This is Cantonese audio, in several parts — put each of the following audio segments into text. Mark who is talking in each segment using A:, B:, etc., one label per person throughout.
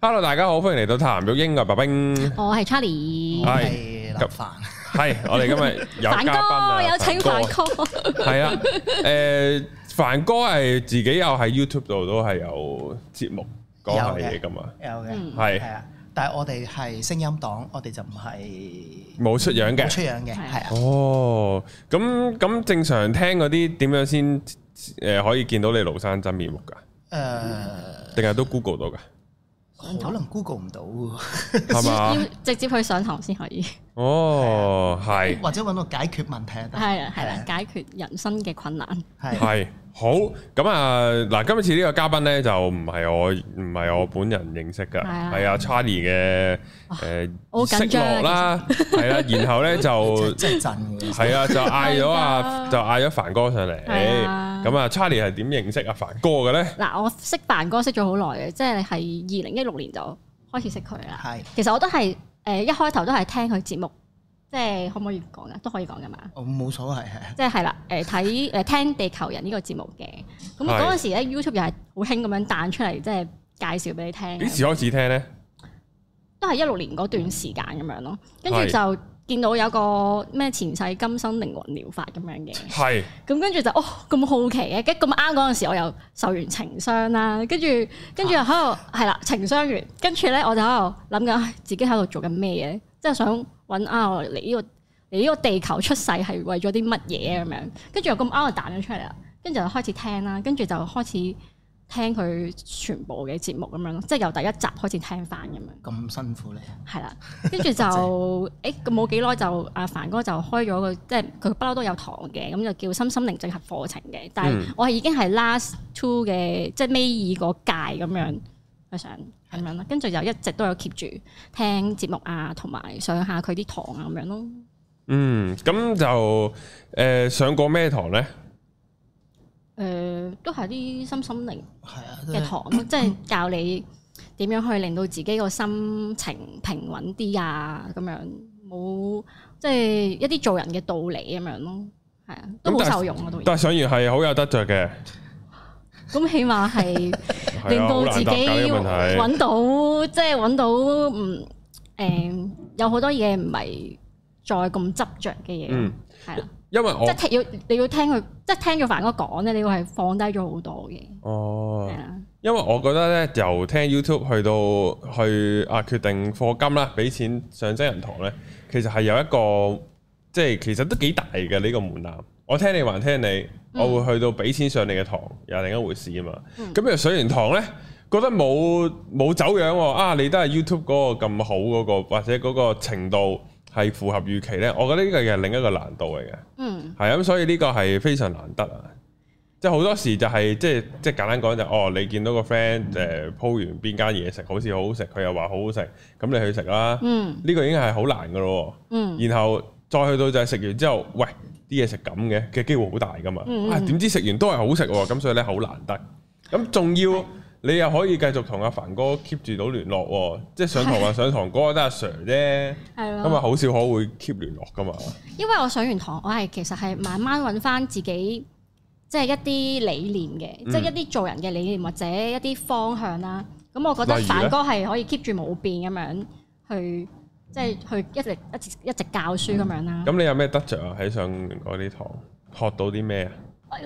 A: Hello，大家好，歡迎嚟到譚玉英嘅白冰，
B: 我係 Charlie，
A: 係
C: 系林凡，
A: 係我哋今日 有嘉
B: 凡
A: 賓啊，
B: 哥有請凡哥，
A: 係啊，誒，凡哥係自己有喺 YouTube 度都係有節目講下嘢噶嘛，
C: 有嘅
B: 嗯
A: 係
C: 係啊，但係我哋係聲音黨，我哋就唔係
A: 冇出樣
C: 冇出
A: 嘅。
C: 樣嘅，
B: 係
C: 係啊，
A: 哦，咁咁正常聽嗰啲點樣先誒可以見到你廬山真面目㗎？
C: 誒，
B: 嗯
A: 定係都 Google 到㗎？
C: 可能 Google 唔到喎，
A: 係嘛
B: 要？直接去上堂先可以，
A: 哦，係。
C: 或者揾個解決問題就得，啊
B: 係啦係啦，解決人生嘅困難。
C: 係啊，
A: 係好咁啊！嗱，今次呢個嘉賓咧就唔係我唔係我本人認識噶，
B: 係啊
A: 係啊 Charlie 嘅誒
B: 好緊張啊
A: 識落啦，係啦，然後咧
C: 係
A: 就
C: 真真係震嘅，
A: 係啊，就嗌咗啊，
B: 係㗎
A: 就嗌咗凡哥上嚟。
B: 係啊
A: 咁啊，Charlie 係點認識啊凡哥嘅咧？
B: 嗱，我識凡哥識咗好耐嘅，即係係二零一六年就開始識佢啦。
C: 係
B: 其實我都係誒一開頭都係聽佢節目，即係可唔可以講啊噶？都可以講噶嘛。
C: 我冇所謂係
B: 即係係啦，誒睇誒聽地球人呢個節目嘅，咁
A: 係
B: 嗰陣時咧 YouTube 又係好興咁樣彈出嚟，即係啊介紹俾你聽
A: 幾
B: 嘅。
A: 時開始聽咧？
B: 都係一六年嗰段時間咁樣咯，跟住
A: 係
B: 就見到有個咩前世今生靈魂療法咁樣嘅，
A: 係
B: 咁跟住就哦咁好奇嘅，跟咁啱嗰陣時我又受完情傷啦，跟住跟住又喺度係啦情傷完，跟住咧我就喺度諗緊唉自己喺度做緊咩嘢，即係想揾啊我嚟呢個嚟呢個地球出世係為咗啲乜嘢咁樣，跟住又咁啱就彈咗出嚟啦，跟住就開始聽啦，跟住就開始聽佢全部嘅節目咁樣咯，即係由第一集開始聽翻咁樣。
C: 咁辛苦你，
B: 係啦，跟住就誒咁冇幾耐就阿凡哥就開咗個即係佢不嬲都有堂嘅，咁就叫心心靈整合課程嘅。但係
A: 嗯
B: 我係已經係 last two 嘅，即係尾二嗰屆咁樣去上咁樣啦。跟住就一直都有 keep 住聽節目啊，同埋上下佢啲堂啊咁樣咯。
A: 嗯，咁就誒上過咩堂咧？
B: 誒、都係啲心心靈
C: 係啊，
B: 嘅堂咯，即係教你點樣去令到自己個心情平穩啲啊，咁樣冇即係一啲做人嘅道理咁樣咯，係啊，都
A: 咁
B: 好
A: 但係
B: 受用啊，到而家
A: 但係上完係好有得着嘅，
B: 咁起碼係
A: 係
B: 令
A: 啊，好
B: 到自
A: 難
B: 己
A: 答㗎呢個問題。
B: 揾到即係揾到唔誒有好多嘢唔係再咁執着嘅嘢
A: 嗯
B: 咯，係啦，
A: 因為
B: 即
A: 我
B: 係聽要你要聽佢，即係聽咗凡哥講咧，你要係放低咗好多嘅，
A: 哦
B: 係。啊，
A: 因為我覺得咧，由聽 YouTube 去到去啊決定課金啦，俾錢上真人堂咧，其實係有一個即係其實都幾大嘅呢、個門檻。我聽你還聽你，我會去到俾錢上你嘅堂又係另一回事啊嘛。咁又、上完堂咧，覺得冇冇走樣喎啊！你都係 YouTube 嗰個咁好嗰、個，或者嗰個程度係符合預期咧，我覺得呢個又係另一個難度嚟嘅。
B: 嗯。
A: 係啊咁，所以呢個係非常難得啊！即係好多時就係、即係即係簡單講就哦，你見到個 friend 誒 po 完邊間嘢食好似好好食，佢又話好好食，咁你去食啦。
B: 嗯
A: 呢個已經係好難噶咯喎。
B: 嗯
A: 然後再去到就係食完之後，喂啲嘢食咁嘅嘅機會好大噶嘛。
B: 嗯嗯
A: 啊點知食完都係好食喎，咁所以咧好難得。咁仲要你又可以繼續同阿凡哥 keep 住到聯絡喎，即係上堂話上堂哥都係阿 Sir 啫，
B: 係
A: 咁啊
B: 咯，
A: 好少可會 keep 聯絡噶嘛。
B: 因為我上完堂，我係其實係慢慢揾翻自己，即係一啲理念嘅，
A: 嗯
B: 即係一啲做人嘅理念或者一啲方向啦。咁我覺
A: 例
B: 得
A: 如
B: 凡
A: 呢
B: 哥係可以 keep 住冇變咁樣去，即係去一直一直一直教書咁樣啦。
A: 咁你有咩得着啊？喺上嗰啲堂學到啲咩啊？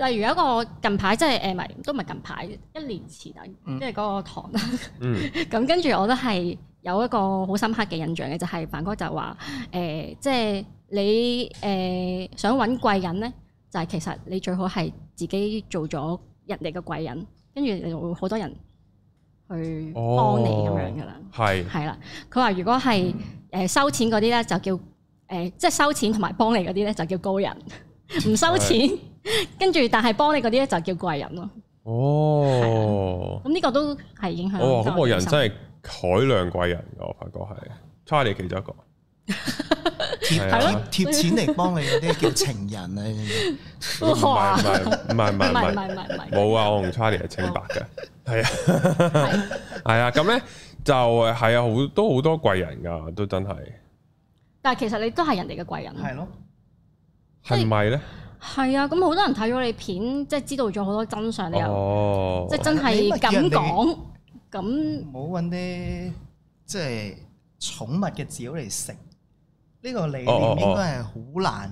B: 例如有一個近排即係誒，唔係都唔係近排，一年前啊，
C: 嗯
B: 即係嗰個堂啦。
A: 嗯，
B: 咁跟住我都係有一個好深刻嘅印象嘅，就係、凡哥就話誒、即係你誒、想揾貴人咧，就係、其實你最好係自己做咗人哋嘅貴人，跟住你就會好多人去
A: 哦
B: 幫你咁樣噶啦。
A: 係
B: 係啦，佢話如果係誒收錢嗰啲咧，就叫誒、即係收錢同埋幫你嗰啲咧，就叫高 人；唔收錢，跟住但係幫你嗰啲咧，就叫貴人咯。
A: 哦，
B: 咁呢個都係影響好
A: 哦，
B: 多
A: 咁我人
B: 生
A: 真係海量貴人㗎，我發覺係 Charlie 其中一個，係
C: 貼
A: 啊
C: 貼貼錢嚟幫你嗰啲叫情人 啊，你知唔知
A: 唔係唔係唔係唔
B: 唔
A: 係唔係，
B: 係唔係唔係唔係，
A: 冇啊！我同 Charlie 係清白嘅，係啊，係啊，咁咧就係啊，好都好多貴人㗎，都真係
B: 但係其實你都係人哋嘅貴人。啊
C: 係咯，
A: 係咪咧？
B: 係啊，咁好多人睇咗你片，即係知道咗好多真相，你又
A: 哦
B: 即，係真
C: 你
B: 係
C: 咪叫
B: 咁
C: 人哋
B: 講，咁
C: 唔好揾啲即係寵物嘅飼料嚟食。呢個理
A: 哦哦
C: 念
A: 哦
C: 應該係好難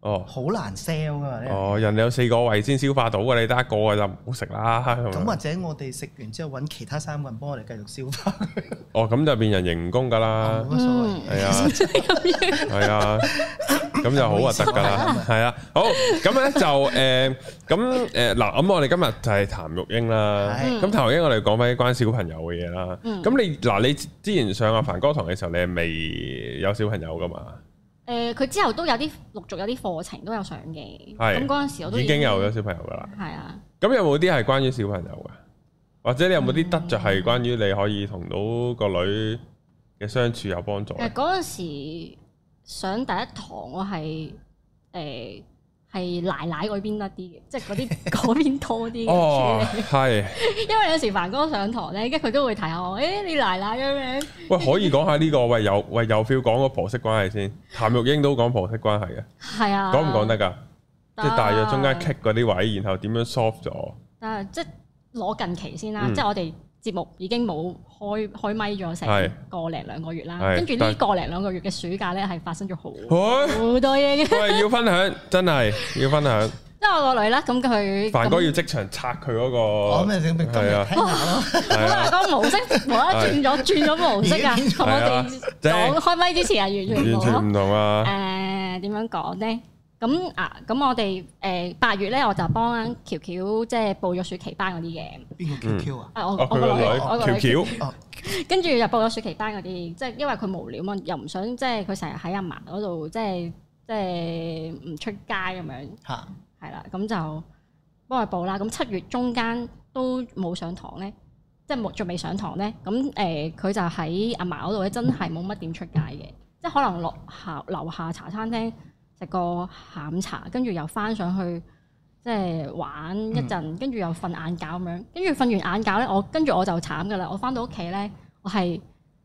A: 哦
C: 好難 sell 噶呢樣嘢
A: 哦，人哋有四個胃先消化到嘅，你得一個嘅就唔好食啦。咁
C: 咁或
A: 樣
C: 者我哋食完之後揾其他三個人幫我哋繼續消化，
A: 哦，咁就變人形蜈蚣噶啦
C: 冇，乜所謂。
A: 係啊。係啊，咁就好核突噶啦， 係啊，好，咁咧就诶，咁诶嗱，咁我哋今日就係譚玉英啦，
C: 係
A: 咁譚玉英我哋講翻關小朋友嘅嘢啦，
B: 嗯
A: 咁你嗱你之前上阿凡哥堂嘅時候，你係未有小朋友噶嘛？
B: 誒佢之後都有啲陸續有啲課程都有上嘅，
A: 係
B: 咁嗰陣時我都
A: 已經有咗小朋友噶啦，
B: 係啊，
A: 咁有冇啲係關於小朋友噶？或者你有冇啲得着係關於你可以同到個女嘅相處有幫助呢？
B: 誒嗰陣時上第一堂我係誒係奶奶嗰邊得啲嘅，即係 嗰啲嗰邊多啲嘅
A: 哦，
B: 處理
A: 係，
B: 因為有時凡哥上堂咧，跟住佢都會提下我，誒、你奶奶咁樣，
A: 喂，可以講下呢個喂有喂有 feel 講個婆媳關係先，譚玉英都講婆媳關係嘅。
B: 係啊，
A: 講唔講得㗎？即係大約中間
B: 傾，
A: kick 嗰啲位，然後點樣 soft 咗？
B: 但係即係攞近期先啦，
A: 嗯
B: 即係我哋。節目已經冇開開咪咗成
A: 係
B: 個零兩個月啦，
A: 係
B: 跟住
A: 但
B: 呢個零兩個月嘅暑假咧係發生咗好
A: 喂，
B: 好多嘢嘅。
A: 喂，要分享，真係要分享。
B: 即係我個女啦，咁佢
A: 凡哥
B: 咁
A: 要即場拆佢嗰
C: 我
A: 個，
C: 咪今日聽下
A: 係啊
C: 咯，
A: 係
B: 好啦
A: 啊，
B: 個模式無啦啦轉咗轉咗模式啊，
C: 已經
B: 同我哋
A: 係啊
B: 講開咪之前係完全
A: 完
B: 冇咯
A: 全。唔同啊！
B: 誒點樣講咧？咁啊，咁我哋誒八月咧，我就幫喬喬即係報咗暑期班嗰啲嘢。
C: 邊個 QQ 啊？
B: 啊，我
A: 哦，
B: 我
A: 佢
B: 個女，我
A: 個
B: 個
A: 女
B: 女，
A: 條
B: 跟住就報咗暑期班嗰啲，即係因為佢無聊嘛，又唔想即係佢成日喺阿嫲嗰度，即係即係唔出街咁樣。
C: 嚇，
B: 係啦，咁就幫佢報啦。咁七月中間都冇上堂咧，即係冇仲未上堂咧。咁誒佢就喺阿嫲嗰度咧，真係冇乜點出街嘅，即係可能落下樓下茶餐廳食個下午茶，跟住又翻上去。即係玩一
C: 嗯
B: 陣，跟住又瞓晏覺咁樣，跟住瞓完晏覺咧，我跟住我就慘噶啦！我翻到屋企咧，我係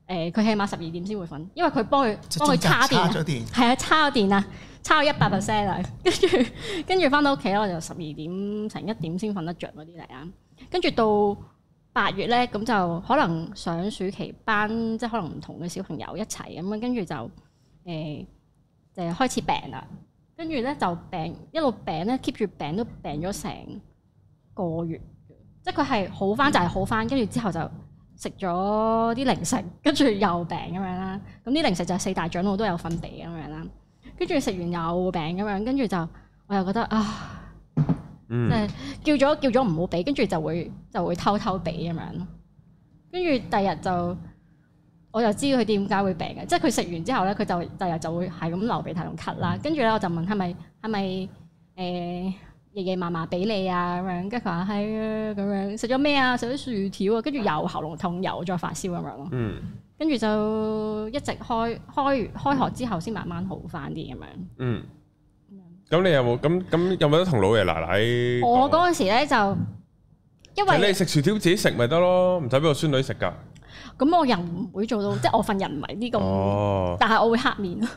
B: 誒佢起碼十二點先會瞓，因為佢幫佢
C: 即係
B: 幫佢
C: 中間
B: 叉電啊
C: 咗電，
B: 係啊，抄電啊，抄一百 percent 啊， 跟住跟住翻到屋企咧，我就十二點成一點先瞓得着嗰啲嚟啊。跟住到八月咧，咁就可能上暑期班，即係可能唔同嘅小朋友一齊咁樣，跟住就誒、呃就開始病啦。跟住咧就病一路病咧，keep 住病都病咗成個月，即係佢係好翻就係好翻，跟住之後就食咗啲零食，跟住又病咁樣啦。咁啲零食就係四大長老都有份俾咁樣啦。跟住食完又病咁樣，跟住就我又覺得啊，即
A: 嗯，
B: 係叫咗叫咗唔好俾，跟住就會就會偷偷俾咁樣咯。跟住第日就我就知佢點解會病嘅，即係佢食完之後咧，佢就第日就會係咁流鼻涕同咳啦。跟住咧我就問係咪係咪誒爺爺嫲嫲俾你啊咁樣，跟住佢話係啊咁樣，食咗咩啊？食咗薯條啊，跟住又喉嚨痛又再發燒咁樣咯。
A: 嗯
B: 跟住就一直開開開學之後先慢慢好翻啲咁樣。
A: 嗯。咁你有冇咁咁有冇得同老爺奶奶講？
B: 我嗰陣時咧就因
A: 其實你
B: 為
A: 食薯條自己食咪得咯，唔使俾個孫女食㗎。
B: 咁我又唔會做到，即係我份人唔係呢咁，
A: 哦
B: 但係我會黑面，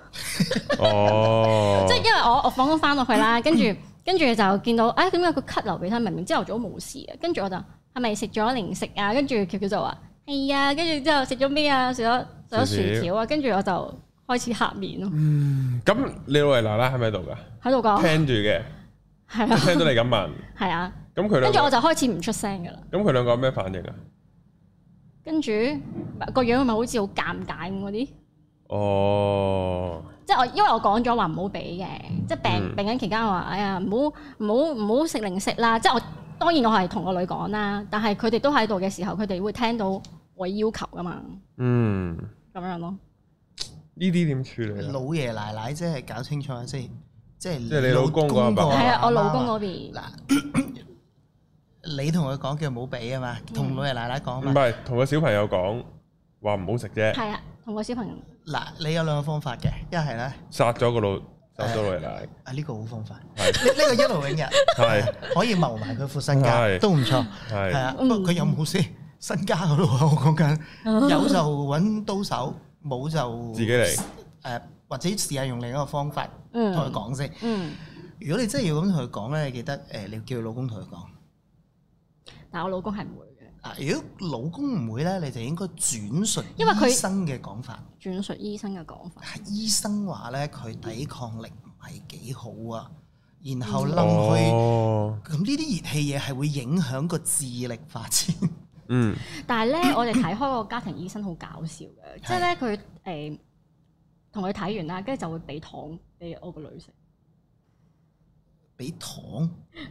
A: 哦，
B: 即係因為我我放工翻落 去啦，跟住跟住就見到，哎點解佢咳流鼻涕？明明朝頭早冇事啊，跟住我就係咪食咗零食啊？跟住喬喬就話係啊，跟住之後食咗咩啊？食咗食咗薯條啊，跟住我就開始黑面咯，
A: 咁你老爺奶奶喺咪度㗎？
B: 喺度講
A: 聽住嘅，
B: 係
A: 即
B: 啊
A: 係聽到你咁問，
B: 係啊，
A: 咁佢兩
B: 跟住
A: 個
B: 我就開始唔出聲噶啦。
A: 咁佢兩個有咩反應啊？
B: 跟住個樣咪好似好尷尬咁嗰啲，即
A: 哦，
B: 係我因為我講咗話唔好俾嘅，即係病
A: 嗯
B: 病緊期間我話，哎呀唔好唔好唔好食零食啦，即係我當然我係同個女講啦，但係佢哋都喺度嘅時候，佢哋會聽到我要求噶嘛，
A: 嗯，
B: 咁樣咯，
A: 呢啲點處理啊
C: 老？爺奶奶即係搞清楚先，即係
A: 即係你老公嗰個
C: 哦
A: 爸爸
B: 係啊，我老公嗰
C: 嗰
B: 邊
C: 嗱，你同佢講叫冇俾啊嘛，同老爺奶奶講啊
A: 唔
C: 嘛。
A: 係同個小朋友講話唔好食啫，
B: 係啊，同個小朋友
C: 嗱，你有兩個方法嘅，一係咧，
A: 殺咗個老殺咗老爺奶
C: 啊呢個好方法，呢
A: 奶，係
C: 呢個一勞永逸，
A: 係
C: 可以謀埋佢副身家
A: 係
C: 都唔錯。係
A: 係
C: 啊，
B: 嗯
C: 不過佢有冇先？身家嗰度啊， 我講緊有就揾刀手，冇就
A: 自己嚟。
C: 誒，或者試下用另一個方法同佢
B: 嗯
C: 講先。
B: 嗯，
C: 如果你真係要咁同佢講咧，你記得誒，你要叫佢老公同佢講。
B: 但我老公係唔會嘅，
C: 嗱，啊如果老公唔會咧，你就應該轉述
B: 因為佢
C: 醫生嘅講法。啊
B: 轉述醫生嘅講法，
C: 醫生話咧，佢抵抗力唔係幾好啊，然
B: 嗯
C: 後冧去。
A: 哦，
C: 咁呢啲熱氣嘢係會影響個智力發展，
A: 嗯，
B: 但係咧我哋睇開個家庭醫生好搞笑嘅，即係咧佢誒同佢睇完啦，跟住就會俾糖俾我個女食，
C: 俾糖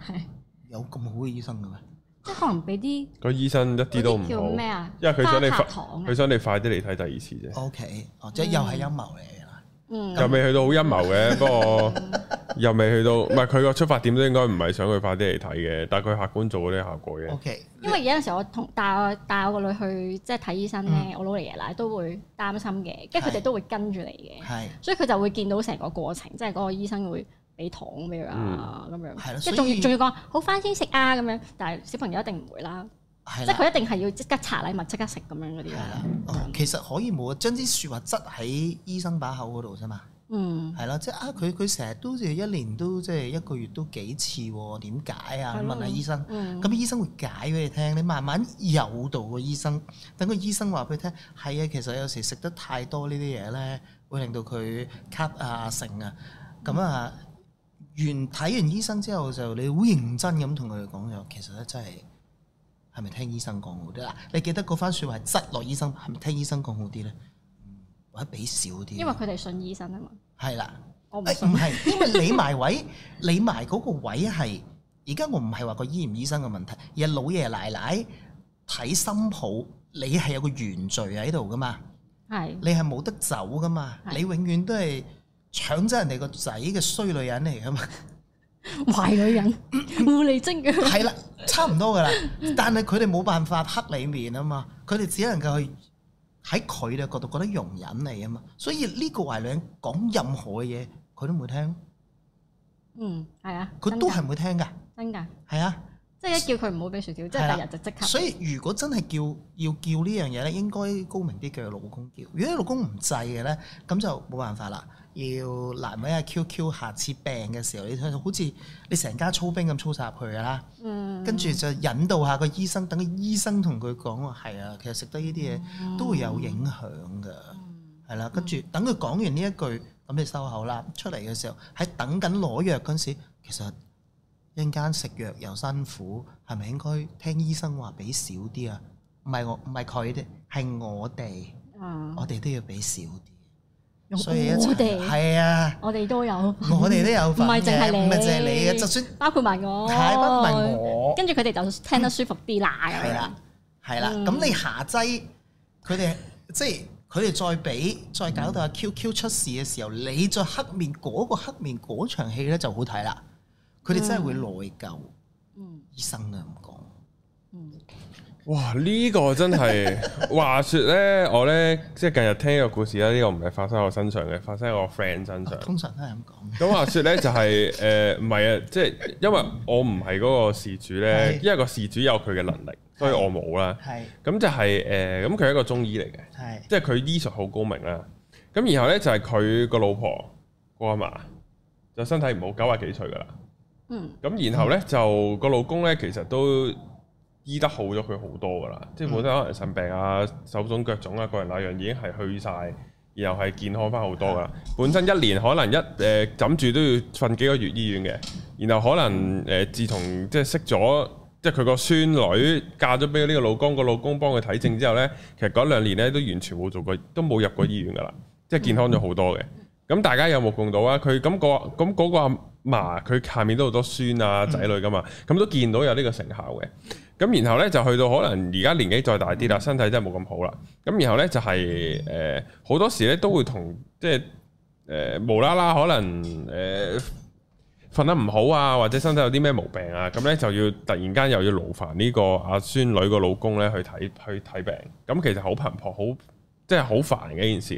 B: 係
C: 有咁好嘅醫生嘅咩？
B: 即係可能俾啲
A: 個醫生一啲都唔
B: 嗰啲叫咩
A: 好，
B: 啊，
A: 因為佢想你
B: 花
A: 快，
B: 塔糖啊
A: 佢想你快啲嚟睇第二次啫，
C: O K，哦，即係又係陰謀嚟嘅啦。
B: 嗯
A: 又未去到好陰謀 嘅，不過又未去到，唔係佢個出發點都應該唔係想佢快啲嚟睇嘅，但係佢客觀做嗰啲效果嘅
C: O，K，
B: 因為有陣時我同帶我帶我個女去即係睇醫生
A: 嗯
B: 咧，我老爺爺奶都會擔心嘅，跟住佢哋
C: 係
B: 都會跟住嚟嘅，
C: 係
B: 所以佢就會見到成個過程，即係嗰個醫生會俾糖俾佢啊
A: 嗯
B: 咁
C: 係
B: 樣，
C: 啦
B: 即係
C: 所
B: 仲要
C: 以
B: 仲要講好翻先食啊咁樣，但係小朋友一定唔會啦，
C: 係
B: 即係
C: 啦，
B: 佢一定係要即刻查禮物即刻食咁樣嗰啲
C: 係
B: 啦
C: 啦。。哦，其實可以冇將啲説話擠喺醫生把口嗰度啫嘛。
B: 嗯，
C: 係啦，即係啊，佢佢成日都即係一年都即係一個月都幾次喎，點解啊？
B: 係咯
C: 問下醫生，
B: 嗯
C: 咁醫生會解俾你聽，你慢慢誘導個醫生，等個醫生話俾你聽，係啊，其實有時食得太多呢啲嘢咧，會令到佢咳啊、成啊，咁啊，完睇完醫生之後就你好認真咁同佢哋講咗，其實咧真係係咪聽醫生講好啲啊？你記得嗰番説話係質落醫生，係咪聽醫生講好啲咧？嗯或者俾少啲，
B: 因為佢哋信醫生啊嘛，
C: 係啦。
B: 我唔
C: 誒哎唔
B: 信。
C: 係，因為你埋位， 你埋嗰個位係，而家我唔係話個醫唔醫生嘅問題，而係老爺奶奶睇心抱，你係有個原罪喺度噶嘛，
B: 係
C: 你係冇得走噶嘛，
B: 係
C: 你永遠都係搶走人哋個仔嘅衰女人嚟噶嘛，
B: 壞女人， 狐狸精嘅，
C: 係啦，差唔多噶啦，但係佢哋冇辦法黑你面啊嘛，佢哋只能夠去。喺佢哋角度覺得容忍你啊嘛，所以呢個壞女人講任何嘅嘢，佢都唔會聽，
B: 嗯，係啊，
C: 佢
B: 真
C: 都
B: 㗎
C: 係唔會聽㗎，
B: 真㗎，
C: 係啊。
B: 即係一叫佢唔好俾薯條，即
C: 係
B: 係
C: 啦
B: 第日就即刻。
C: 所以如果真係叫要叫呢樣嘢咧，應該高明啲叫老公叫。如果你老公唔制嘅咧，咁就冇辦法啦。要難為阿 QQ 下次病嘅時候，你睇到好似你成家操兵咁操晒入去㗎啦，
B: 嗯，
C: 跟住就引導下個醫生，等個醫生同佢講話係啊，其實食得呢啲嘢都會有影響㗎，
B: 嗯
C: 係啦。跟住等佢講完呢一句，咁你收口啦。出嚟嘅時候喺等緊攞藥嗰陣時，其實一陣間食藥又辛苦，係咪應該聽醫生話俾少啲啊？唔係我唔係佢哋，係我哋，
B: 嗯，
C: 我哋都要俾少啲。所以一齊
B: 我哋
C: 係啊，
B: 我哋都有，
C: 我哋都有份
B: 唔係淨係
C: 嘅，
B: 你
C: 唔係淨係你嘅，就算
B: 包括埋我，
C: 太不問我。
B: 跟住佢哋就聽得舒服啲啦，咁
C: 係
B: 樣
C: 啦，，係啦。
B: 嗯
C: 咁、你下劑佢哋即係佢哋再俾再搞到阿 QQ 出事嘅時候，你再黑面嗰、個黑面嗰場戲咧就好睇啦。佢哋真係會內疚，
B: 嗯
C: 醫生啊咁講。
B: 嗯，
A: 哇！呢、個真係話說呢，我呢，即係近日聽一個故事啦，呢、個唔係發生喺我身上嘅，發生喺我 friend 身上。
C: 通常都係咁講嘅。
A: 咁話說咧就係誒唔係啊，即係因為我唔係嗰個事主咧，
C: 係
A: 因為個事主有佢嘅能力，所以我冇啦。
C: 係
A: 咁就係誒咁佢係一個中醫嚟嘅，
C: 係
A: 即係佢醫術好高明啦。咁然後咧就係佢個老婆個阿嫲就身體唔好，九啊幾歲噶啦。
B: 嗯，
A: 咁然後咧就個老公咧其實都醫得好咗佢好多噶啦，即係本身可能腎病啊、手腫腳腫啊各人那樣已經係去晒，然後係健康翻好多噶啦。本身一年可能一誒、呃、枕住都要瞓幾個月醫院嘅，然後可能誒、呃自從即係識咗。即係佢個孫女嫁咗俾呢個老公，個老公幫佢睇症之後呢，其實嗰兩年呢都完全冇做過，都冇入過醫院噶啦，即係健康咗好多嘅。咁大家有目共睹啊！佢咁、個咁嗰個阿嫲，佢下面都好多孫啊仔女噶嘛，咁都見到有呢個成效嘅。咁然後呢，就去到可能而家年紀再大啲啦，身體真係冇咁好啦。咁然後呢，就係誒好多時呢都會同即係誒、呃、無啦啦可能誒。呃瞓得唔好啊，或者身體有啲咩毛病啊，咁呢就要突然間又要勞煩呢個阿孫女個老公呢去睇去睇病，咁其實好頻撲，好即係好煩嘅一件事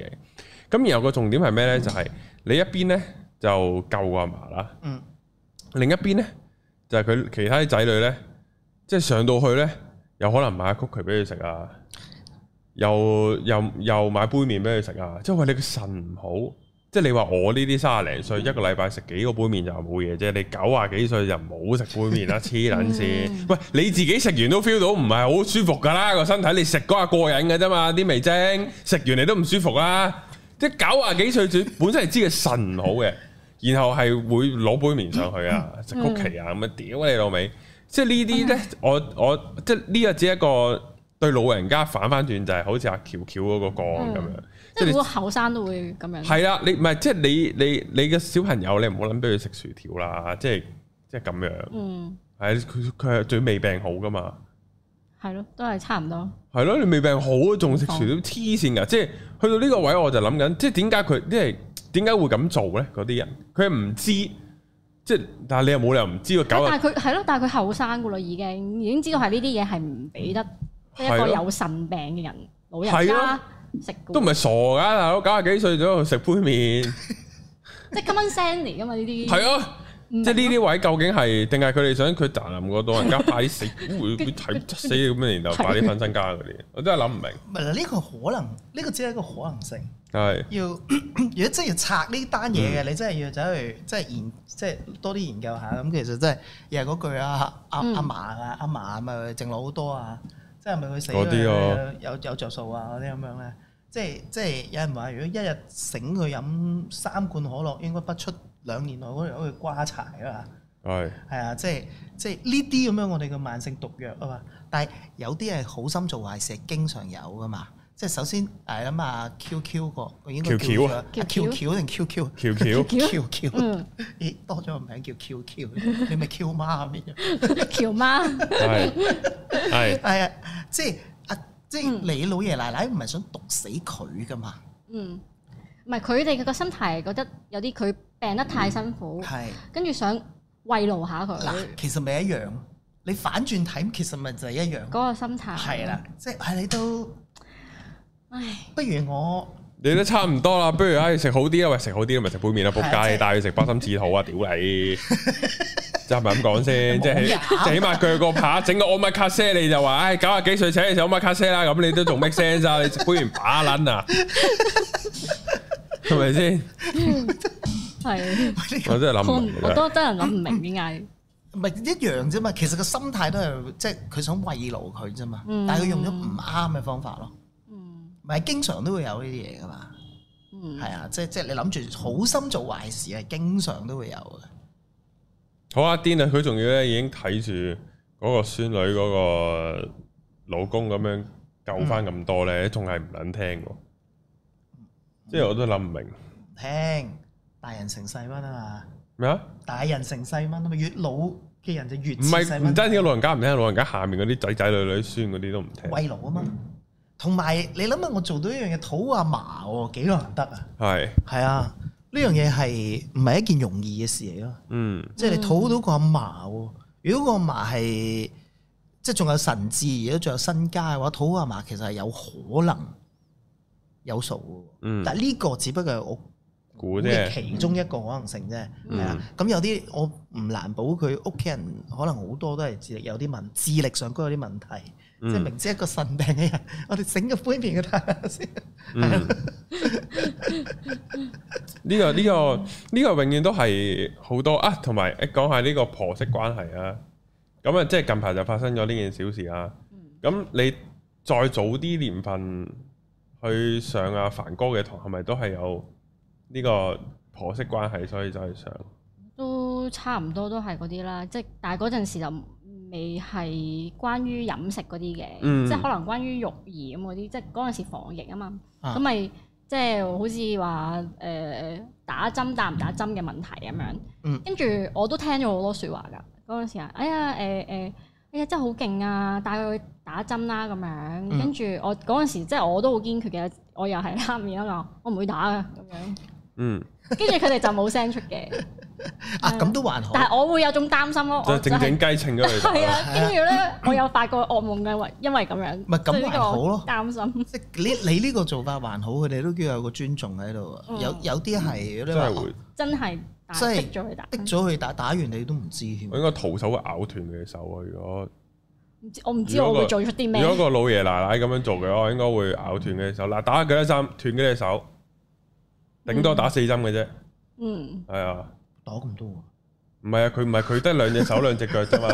A: 嚟。咁然後個重點係咩呢？就係、你一邊呢就救阿嫲啦，
C: 嗯，
A: 另一邊呢就係、佢其他啲仔女呢，即係上到去呢，有可能買曲奇俾佢食啊，又又又買杯麵俾佢食啊，即係話你個腎唔好，即係你話我呢啲三廿零歲一個禮拜食幾個杯麵就冇嘢啫，你九啊幾歲就唔好食杯麵啦，黐撚線！喂，你自己食完都 feel 到唔係好舒服㗎啦個身體，你食嗰下過癮嘅啫嘛，啲味精食完你都唔舒服啦。即係九啊幾歲主本身係知佢腎唔好嘅，然後係會攞杯麵上去啊，食曲奇啊咁樣，屌你老味！即係呢啲咧，我我即係呢個只係一個對老人家反翻轉，就係好似阿喬喬嗰個個案咁樣，
B: 即
A: 你
B: 係好後生都會咁樣。
A: 係啦，你唔係即係你你你嘅小朋友，你唔好諗俾佢食薯條啦，即係即係咁樣。
B: 嗯，
A: 係佢佢係最未病好噶嘛，
B: 係咯，都係差唔多。
A: 係咯，你未病好啊仲食薯條，黐線㗎！即係去到呢個位，我就諗緊，即係點解佢即係點解會咁做咧？嗰啲人佢係唔知，即係但係你又冇理由唔知個狗
B: 但
A: 啊
B: 係佢係咯，但係佢後生噶啦，已經已經知道係呢啲嘢係唔俾得一
A: 係
B: 個
A: 咯
B: 有腎病嘅人老人
A: 係
B: 家
A: 咯
B: 食㗎。
A: 都唔係傻㗎，大佬九啊廿幾歲咗食杯麵。
B: 即係 common sense 嚟噶嘛呢啲。
A: 係啊，即
B: 唔明
A: 係呢啲位究竟係定係佢哋想佢賺冧嗰多人家快啲 死，會會睇窒死咁樣，然後快啲分身家嗰啲，我真係諗唔明。
C: 唔係呢個可能，呢、個只係一個可能性。
A: 係
C: 要 如果真係要拆呢單嘢
A: 嗯
C: 嘅，你真係要走去即係研即係多啲研究下。咁其實真係又係嗰句啊，阿阿
B: 嗯
C: 嫲啊，阿嫲咪剩落好多啊，即係咪佢死
A: 嗰啲啊
C: 咗有有着數啊嗰啲咁樣咧？即係即係有人話，如果一日醒佢飲三罐可樂，應該不出兩年內嗰度去瓜柴啦。
A: 係
C: 係啊，即係即係呢啲咁樣我哋嘅慢性毒藥啊嘛。但係有啲係好心做壞事，經常有噶嘛。即係首先誒諗下 QQ 個，我應該叫
A: 喬喬
C: 佢
A: 啊
C: 啊 QQ 定 QQ
A: 喬 喬
C: QQ，
B: 嗯，
C: 咦多咗個名叫 QQ，你咪啊 Q 媽咁樣。
B: 喬媽
A: 係係
C: 係啊，即係啊，即係
B: 嗯
C: 你老爺奶奶唔係想毒死佢噶嘛？
B: 嗯，唔係佢哋個心態係覺得有啲佢病得太辛苦，
C: 係
B: 跟住想慰勞下佢
C: 嗱，其實咪一樣，你反轉睇其實咪就係一樣
B: 嗰。個心態。
C: 係啦，，即係唉你都
B: 唉，
C: 不如我。
A: 你都差唔多啦，不如唉食好啲啊，喂食好啲咪食杯麵啦，仆
C: 係啊
A: 街你
C: 即係
A: 帶佢食巴心治肚啊，屌 你！就係咪咁講先？即係
C: 冇啊㗎
A: 即係起碼鋸個扒，整個 o m a k a s e 你就話，唉九廿幾歲請你食 o m a k a s e 啦，咁你都仲 make sense 啊？你食杯麵把撚啊，係咪 先？
B: 嗯係，
A: 我真係諗
B: 我
A: 唔
B: 唔
A: 明。
B: 我都真係諗唔明點解。
C: 唔係一樣啫嘛，其實個心態都係即係佢想慰勞佢啫嘛，
B: 嗯
C: 但係佢用咗唔啱嘅方法咯，
B: 嗯
C: 唔係經常都會有呢啲嘢噶嘛，
B: 嗯，
C: 係啊，即係即係你諗住好心做壞事係經常都會有嘅，
A: 好啊，癲啊！佢仲要咧已經睇住嗰個孫女嗰個老公咁樣救翻咁多咧，仲係唔撚聽喎。即係我都諗唔明
C: 唔聽大人成細蚊啊
A: 咩啊？
C: 嘛，大人成細蚊啊嘛，越老嘅人就越
A: 唔
C: 似
A: 係
C: 細
A: 唔
C: 蚊
A: 單止老人家唔聽，老人家下面嗰啲仔仔女女孫嗰啲都唔聽。
C: 慰勞啊嘛，同埋你諗下我做到一樣嘢討阿嫲喎，幾難得啊，
A: 係，
C: 係啊，呢樣嘢係唔係一件容易嘅事嚟咯？
A: 嗯，
C: 即係你討到個阿嫲喎。如果個阿嫲係即係仲有神智，而家仲有身家嘅話，討阿嫲其實係有可能有數嘅喎。
A: 嗯
C: 但係呢個只不過係我
A: 估
C: 估嘅
A: 啫，
C: 其中一個可能性啫。
A: 嗯
C: 係啊，咁有啲我唔難保佢屋企人可能好多都係智力有啲問，智力上高有啲問題。即係
A: 嗯
C: 明知一個腎病嘅人，我哋整個杯麵嘅睇下先。
A: 嗯， 呢個呢個呢個永遠都係好多啊，同埋誒講下呢個婆媳關係啊。咁啊，即係近排就發生咗呢件小事啦。咁你再早啲年份去上阿凡哥嘅堂，係咪都係有呢個婆媳關係，所以就去上？
B: 都差唔多都係嗰啲啦，即係但係嗰陣時就未係關於飲食嗰啲嘅，
A: 嗯
B: 即係可能關於育兒咁嗰啲，即係嗰陣時防疫啊嘛，
C: 啊
B: 咁咪、即係好似話誒打針打唔打針嘅問題咁樣，
C: 嗯
B: 跟住我都聽咗好多説話㗎，嗰陣時啊，哎呀誒誒、哎呀真係好勁啊，帶佢去打針啦咁樣，
C: 嗯
B: 跟住我嗰陣時即係我都好堅決嘅，我又係啦面啊嘛，我唔會打啊咁樣，
A: 嗯，
B: 跟住佢哋就冇聲出嘅。
C: 啊，咁都還好。
B: 但係我會有種擔心咯，
A: 就
B: 我就
A: 靜
B: 哦係
A: 靜雞稱咗佢
B: 係
A: 哋。
B: 啊，跟住咧，我有發過惡夢嘅，為因為咁樣，
C: 咪咁
B: 所以呢個
C: 還好咯
B: 擔心
C: 即係你你呢個做法還好，佢哋都叫有個尊重喺度啊。
B: 嗯
C: 有有啲係有
A: 真
C: 啲
A: 係
C: 話
A: 會，
B: 真係打
C: 即係
B: 逼咗佢打，
C: 逼咗佢打打完你都唔知添
A: 我。應該徒手咬斷佢嘅手啊！如果
B: 唔知我唔知
A: 如果
B: 我
A: 個
B: 會做出啲咩
A: 如，果個老爺奶奶咁樣做嘅，我應該會咬斷佢隻手。嗱，打咗幾多針，斷咗隻手，頂多打四針嘅啫，
B: 嗯，
A: 係啊。
C: 攞咁多啊，
A: 唔係啊，佢唔係佢得兩隻手兩隻腳啫嘛。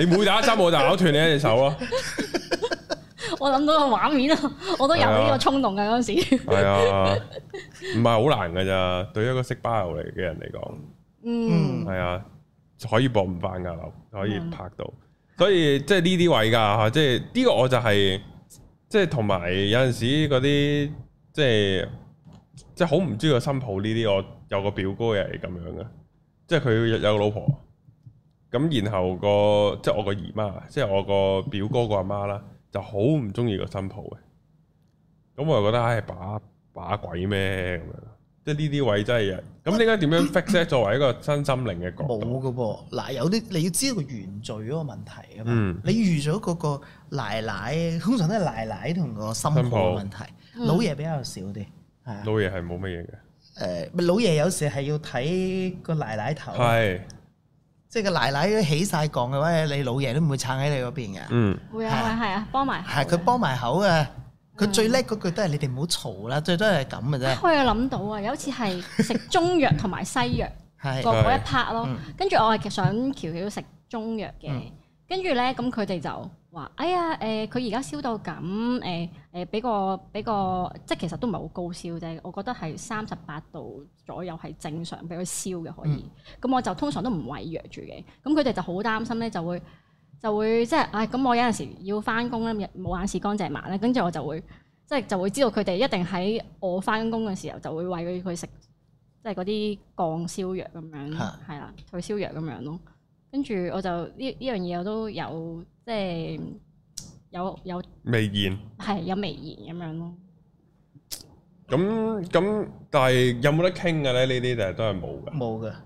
A: 你每打一針我就咬斷你一隻手咯，
B: 我諗到個畫面啊， 我都有呢個衝動嘅嗰陣時，
A: 係啊，唔係好難㗎咋。對一個識巴牛嚟嘅人嚟講，
B: 嗯，
A: 係啊，可以搏唔翻噶樓，可以拍到。所以即係呢啲位㗎，即係呢個我就係即係同埋有陣時嗰啲即係即係好唔中意個新抱呢啲，我有個表哥又係咁樣嘅，即係佢有有個老婆，咁然後個即係我個姨媽，即係我個表哥個阿媽啦，就好唔中意個新抱嘅。咁我又覺得唉把把鬼咩咁樣，即係呢啲位真係咁應該點樣 fix 咧？作為一個身心靈嘅角
C: 冇
A: 度，
C: 噶噃。嗱，有啲你要知道個原罪嗰個問題啊嘛。
A: 嗯
C: 你預咗嗰個奶奶，通常都係奶奶同個心抱
A: 心抱
C: 嘅問題，
B: 嗯
C: 老爺比較少啲。係啊
A: 老，爺係冇乜嘢嘅。
C: 誒老爺有時係要睇個奶奶頭，啊
A: 係，
C: 即係個奶奶起晒槓嘅話，你老爺都唔會撐喺你嗰邊嘅。
A: 嗯，
B: 會啊，會啊係啊，幫埋，
C: 係佢幫埋口嘅，佢最叻嗰句都係你哋唔好嘈啦，最多係咁嘅啫。
B: 我有諗到啊，有一次係食中藥同埋西藥
C: 係
B: 嗰嗰一 part 咯
C: 嗯，
B: 跟住我係想喬喬食中藥嘅
C: 嗯，
B: 跟住咧咁佢哋就話：哎呀誒，佢而家燒到咁誒誒，俾個俾個即係其實都唔係好高燒啫，我覺得係三十八度左右係正常俾佢燒嘅可
C: 嗯
B: 以。咁我就通常都唔餵藥住嘅，咁佢哋就好擔心咧就會。就會即係，唉、咁我有陣時要翻工咧，冇眼屎乾淨埋咧，跟住我就會即係就會知道佢哋一定喺我翻工嘅時候就會喂佢佢食即係嗰啲降燒藥咁樣，
C: 嚇
B: 係啦，退燒藥咁樣咯。跟住我就呢呢樣嘢我都有即係有有
A: 未現。
B: 係有微言咁樣咯。
A: 咁咁，但係有冇得傾嘅咧？呢啲就係都係冇嘅。
C: 冇嘅，呢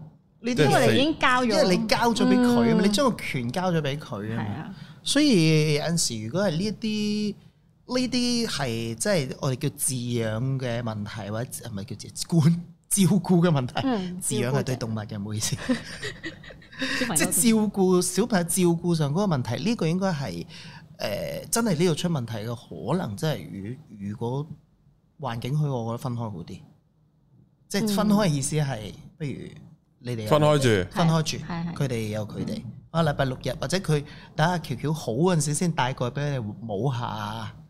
A: 即係
B: 因
C: 啲
B: 為
A: 死
B: 你已經交咗，
C: 因為你交咗俾佢啊嘛，
B: 嗯
C: 你將個權交咗俾佢啊
B: 係
C: 嘛。
B: 啊，
C: 所以有陣時，如果係呢一啲呢啲係即係我哋叫飼養嘅問題，或者唔係叫自管照顧嘅問題。
B: 嗯，
C: 飼啊養係對動物嘅，唔好意思。
B: 照顧者
C: 即係照顧小朋友照顧上嗰個問題，呢、個應該係誒真係呢度出問題嘅，可能真係如如果環境許可，我覺得分開好啲。即
B: 嗯
C: 係分開嘅意思係，不如你哋有
A: 分開住，
C: 分開住，
B: 係係
C: 佢哋有佢哋。啊，禮拜六日或者佢等下喬喬好嗰陣時先帶過去俾你摸下，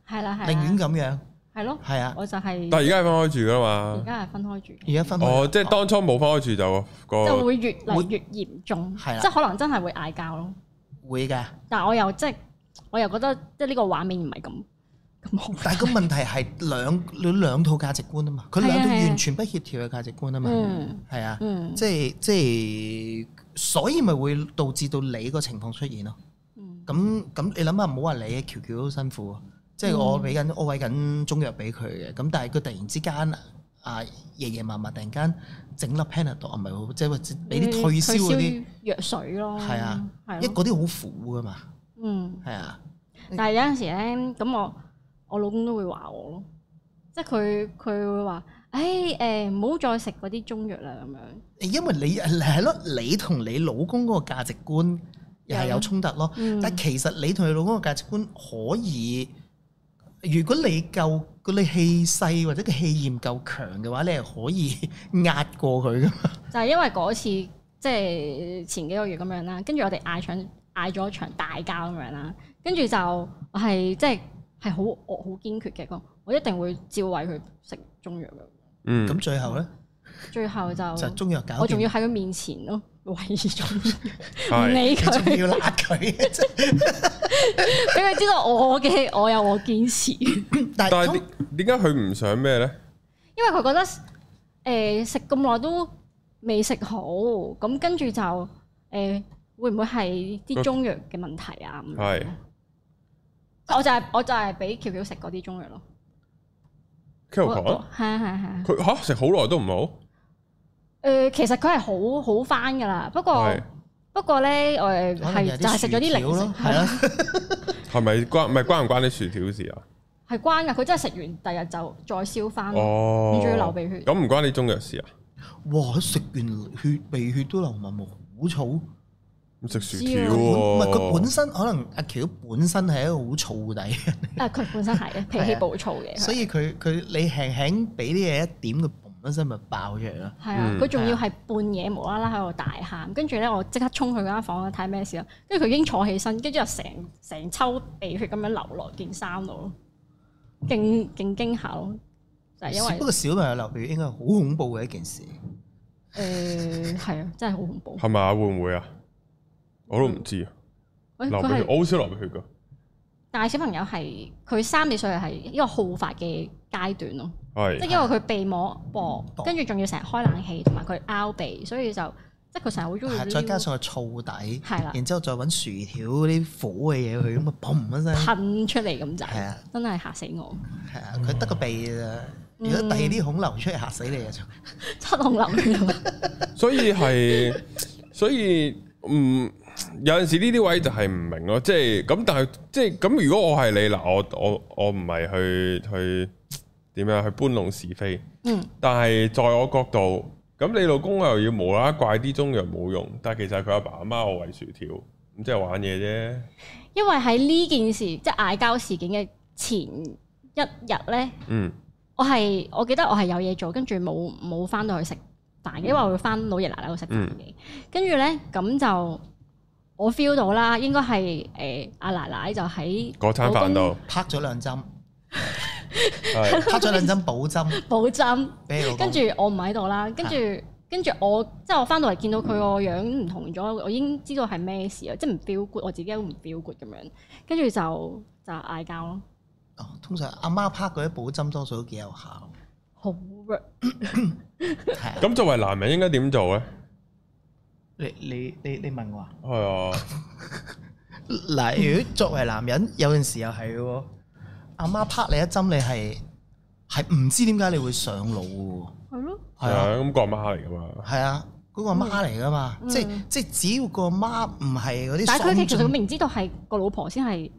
B: 係啊啦係
C: 寧願
B: 啦，
C: 咁樣，
B: 係咯，
C: 係啊。
B: 我就係
A: 但係而家係分開住噶
B: 而
A: 嘛。
B: 家係分開住嘅。
C: 而家分開
A: 哦，即係當初冇分開住就
B: 就
A: 個
B: 會越
C: 會
B: 嚟越嚴重，
C: 係啦
B: 即係可能真係會嗌交咯。
C: 會㗎，
B: 但係我又即係我又覺得即係呢個畫面唔係咁咁好。
C: 但係個問題係兩兩兩套價值觀啊嘛，佢兩
B: 係啊
C: 套
B: 係啊
C: 完全不協調嘅價值觀啊嘛，
B: 嗯
C: 係啊。
B: 嗯，
C: 即係即係，所以咪會導致到你個情況出現咯。
B: 嗯
C: 咁咁，你諗下，唔好話你喬喬都辛苦喎，即係我俾緊我餵緊中藥俾佢嘅，咁但係佢突然之間啊夜夜麻麻突然間整粒 Panadol 啊唔係喎，即係或者俾啲退燒嗰啲，
B: 嗯藥水咯，
C: 係啊，
B: 係
C: 一
B: 咯，
C: 嗰啲好苦噶嘛，
B: 嗯。
C: 係啊，
B: 但係有陣時咧，咁我我老公都會話我咯，即係佢佢會話：，誒誒，唔好再食嗰啲中藥啦咁樣。
C: 因為你係咯，你同你老公嗰個價值觀又係有衝突咯。
B: 嗯，
C: 但其實你同你老公嘅價值觀可以，如果你夠個你氣勢或者個氣焰夠強嘅話，你係可以 壓過佢噶嘛。
B: 就係因為嗰次即係前幾個月咁樣啦，跟住我哋嗌場嗌咗場大交咁樣啦，跟住就我係即係係好我好堅決嘅講，我一定會照餵佢食中藥嘅。
A: 嗯
C: 咁最後咧
B: 最後就
C: 就中藥搞
B: 哦我仲
C: 掂，
B: 要喺佢面前咯餵中藥，唔
A: 係
B: 理
C: 你
B: 佢，
C: 仲要揦佢。
B: 俾佢知道我嘅我有我堅持，因
C: 但
A: 但係
C: 係通
A: 點點解佢唔想咩咧？
B: 為佢覺得誒食咁耐都未食好，咁跟住就誒、呃、會唔會係啲中藥嘅問題啊？咁樣
A: 係
B: 我就係、我就係俾喬喬食嗰啲中藥咯。
A: k i l
B: 我
A: o
B: 我係啊係啊係啊。
A: 佢吓食好耐都唔好，
B: 誒、其實佢係好好翻㗎啦，不過
A: 係
B: 不過咧誒
C: 可能有
B: 係
C: 啲
B: 就係食咗啲
C: 薯條
B: 零
C: 咯，
B: 食，
C: 係啊，
A: 係咪關唔係關唔關啲薯條事啊？
B: 係關㗎。佢真係食完第日就再燒翻咯，
A: 哦，
B: 咁嗯仲要流鼻血
A: 咁唔關你中藥事啊？
C: 哇！食完血鼻血都流埋冇好燥，
A: 咁食薯
B: 知啊
A: 條
B: 佢
C: 唔
A: 喎，
C: 係佢本身可能阿喬本身係一個好燥底嘅人，
B: 啊誒佢、本身係嘅，脾氣暴躁嘅，
C: 所以佢佢你輕輕俾啲嘢一點佢，嘣本身咪爆出嚟咯。
B: 係啊，
A: 嗯
B: 佢仲要係半夜無啦啦喺度大喊，跟住咧我即刻衝去嗰間房睇咩事啦，跟住佢已經坐起身，跟住就成成抽鼻血咁樣流落件衫度咯，勁勁驚嚇咯，就係、因
C: 不
B: 為
C: 過小朋友流血應該係好恐怖嘅一件事。
B: 誒係啊，真係好恐怖。
A: 係咪啊？會唔會啊？我都唔知啊。
B: 喂
A: 流
B: 佢
A: 鼻血，
B: 係
A: 我好少流鼻血噶。
B: 但係小朋友係佢三四歲係一個好發嘅階段咯，即係
A: 係
B: 因為佢鼻膜薄
C: 薄，
B: 跟住仲要成日開冷氣同埋佢拗鼻，所以就即係佢成日好中意
C: 係，再加上佢燥底，
B: 係啦
C: 然之後再揾薯條嗰啲火嘅嘢去，咁啊砰一聲，
B: 噴出嚟咁就
C: 係啊，
B: 真係嚇死我！
C: 係啊，佢得個鼻咋。
B: 嗯
C: 如果第二啲孔流出嚟嚇死你啊！就
B: 七龍流血啊
A: 所以 係，所以嗯，有陣時呢啲位就係唔明咯。即係咁，但係即係咁，如果我係你嗱，我我我唔係去去點樣去搬弄是非。
B: 嗯。
A: 但係在我角度，咁你老公又要無啦啦怪啲中藥冇用，但係其實佢阿爸阿媽我為薯條，咁即係玩嘢啫。
B: 因為喺呢件事，即係嗌交事件嘅前一日咧，
A: 嗯，
B: 我係我記得我係有嘢做，跟住冇冇翻到去食飯
A: 嗯
B: 嘅，因為我會翻老爺奶奶度食飯嘅。跟住咧咁就我 feel 到啦，應該係誒阿奶奶就喺
A: 嗰餐飯度
C: 拍咗兩 針，
A: 係
C: 拍咗兩針補針
B: 補針，
C: 俾你老公
B: 跟住我唔喺度
A: 啊
B: 啦，跟住。跟住我即係我翻到嚟見到佢個樣唔同咗，我已經知道係咩事啦，即係唔 feel good，我自己都唔 feel good 咁樣，跟住就就嗌交咯，
C: 哦，通常阿媽拍嗰啲補針多數都幾有效，
B: 好
A: 啊
B: work
C: 係啊。
A: 咁作為男人應該點做呢？
C: 你你你你問我啊？
A: 係啊，
C: 嗱，如果作為男人，有陣時又係喎，阿媽拍你一針，你係係唔知點解你會上腦嘅
B: 係咯。
C: 喎，係
A: 係啊
C: 啊，
A: 咁個阿媽嚟噶嘛。
C: 係啊，嗰個媽嚟噶嘛，
B: 嗯
C: 即係即係只要個媽唔係嗰啲，
B: 但係佢其實佢明知道係個老婆先係，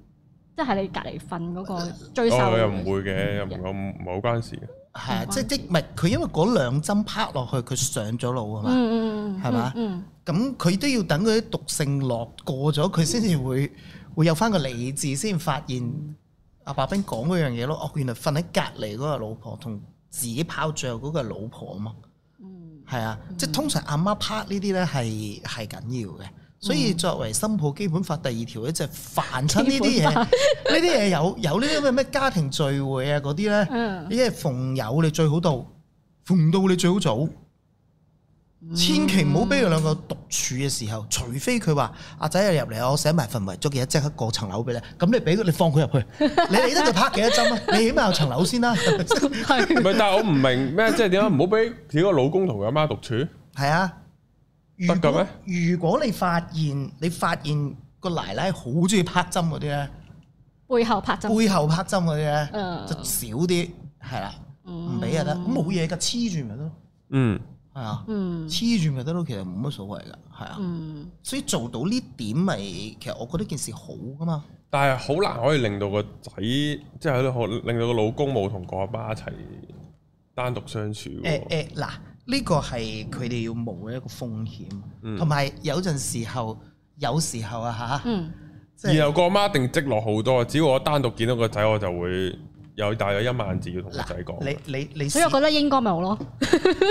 B: 即係你隔離瞓嗰個追
A: 哦
B: 手。，
A: 佢又唔會嘅，又唔咁唔係好關事嘅。
C: 係啊，即係即係唔係佢因為嗰兩針拍落去，佢上咗腦啊嘛，
B: 嗯，嗯嗯，
C: 係嘛
B: 嗯，
C: 咁佢都要等嗰啲毒性落過咗，佢先至會會有翻個理智，先發現阿白冰講嗰樣嘢咯。哦，原來瞓喺隔離嗰個老婆同自己拋最後嗰個係老婆啊嘛。
B: 嗯
C: 係啊，即係通常阿媽 part 呢啲咧係係緊要嘅，所以
B: 嗯
C: 作為新抱基本法第二條咧，就係凡親呢啲嘢，呢啲嘢有有呢啲咁嘅咩家庭聚會啊嗰啲咧，
B: 嗯
C: 呢啲係逢有你最好到，逢到你最好早，
B: 嗯
C: 千祈唔好俾佢兩個獨處嘅時候，除非佢話阿仔又入嚟，我寫埋份遺囑嘅，即刻過層樓俾你，咁你俾佢，你放佢入去，你理得佢拍幾多針啊？你起碼有層樓先啦，係咪先
A: 唔係，但係我唔明咩，即係點解唔好俾自己個老公同佢阿媽獨處？
C: 係啊，
A: 得嘅咩
C: 如果如果你發現你發現個奶奶好中意拍針嗰啲咧，
B: 背後拍針，
C: 背後拍針嗰啲咧，
B: 嗯
C: 就少啲，係啦，唔俾就啊得，咁冇嘢㗎，黐住咪得咯，
A: 嗯，
C: 係啊，
B: 嗯
C: 黐住咪得咯，其實冇乜所謂㗎，係啊，
B: 嗯，
C: 所以做到呢點咪，其實我覺得件事好㗎嘛，
A: 但係好難可以令到個仔，即係喺度令到個老公冇同個阿媽一齊單獨相處喎。
C: 誒誒嗱，呢個係佢哋要冒嘅一個風
A: 嗯
C: 險，同埋有陣時候，有時候啊嚇，
B: 嗯，
C: 即係
A: 然後個阿媽一定積落好多，只要我單獨見到個仔，我就會有大約一萬字要同個仔
C: 嗱，
A: 講。
C: 你你你
B: 所以我覺得應該咪好咯，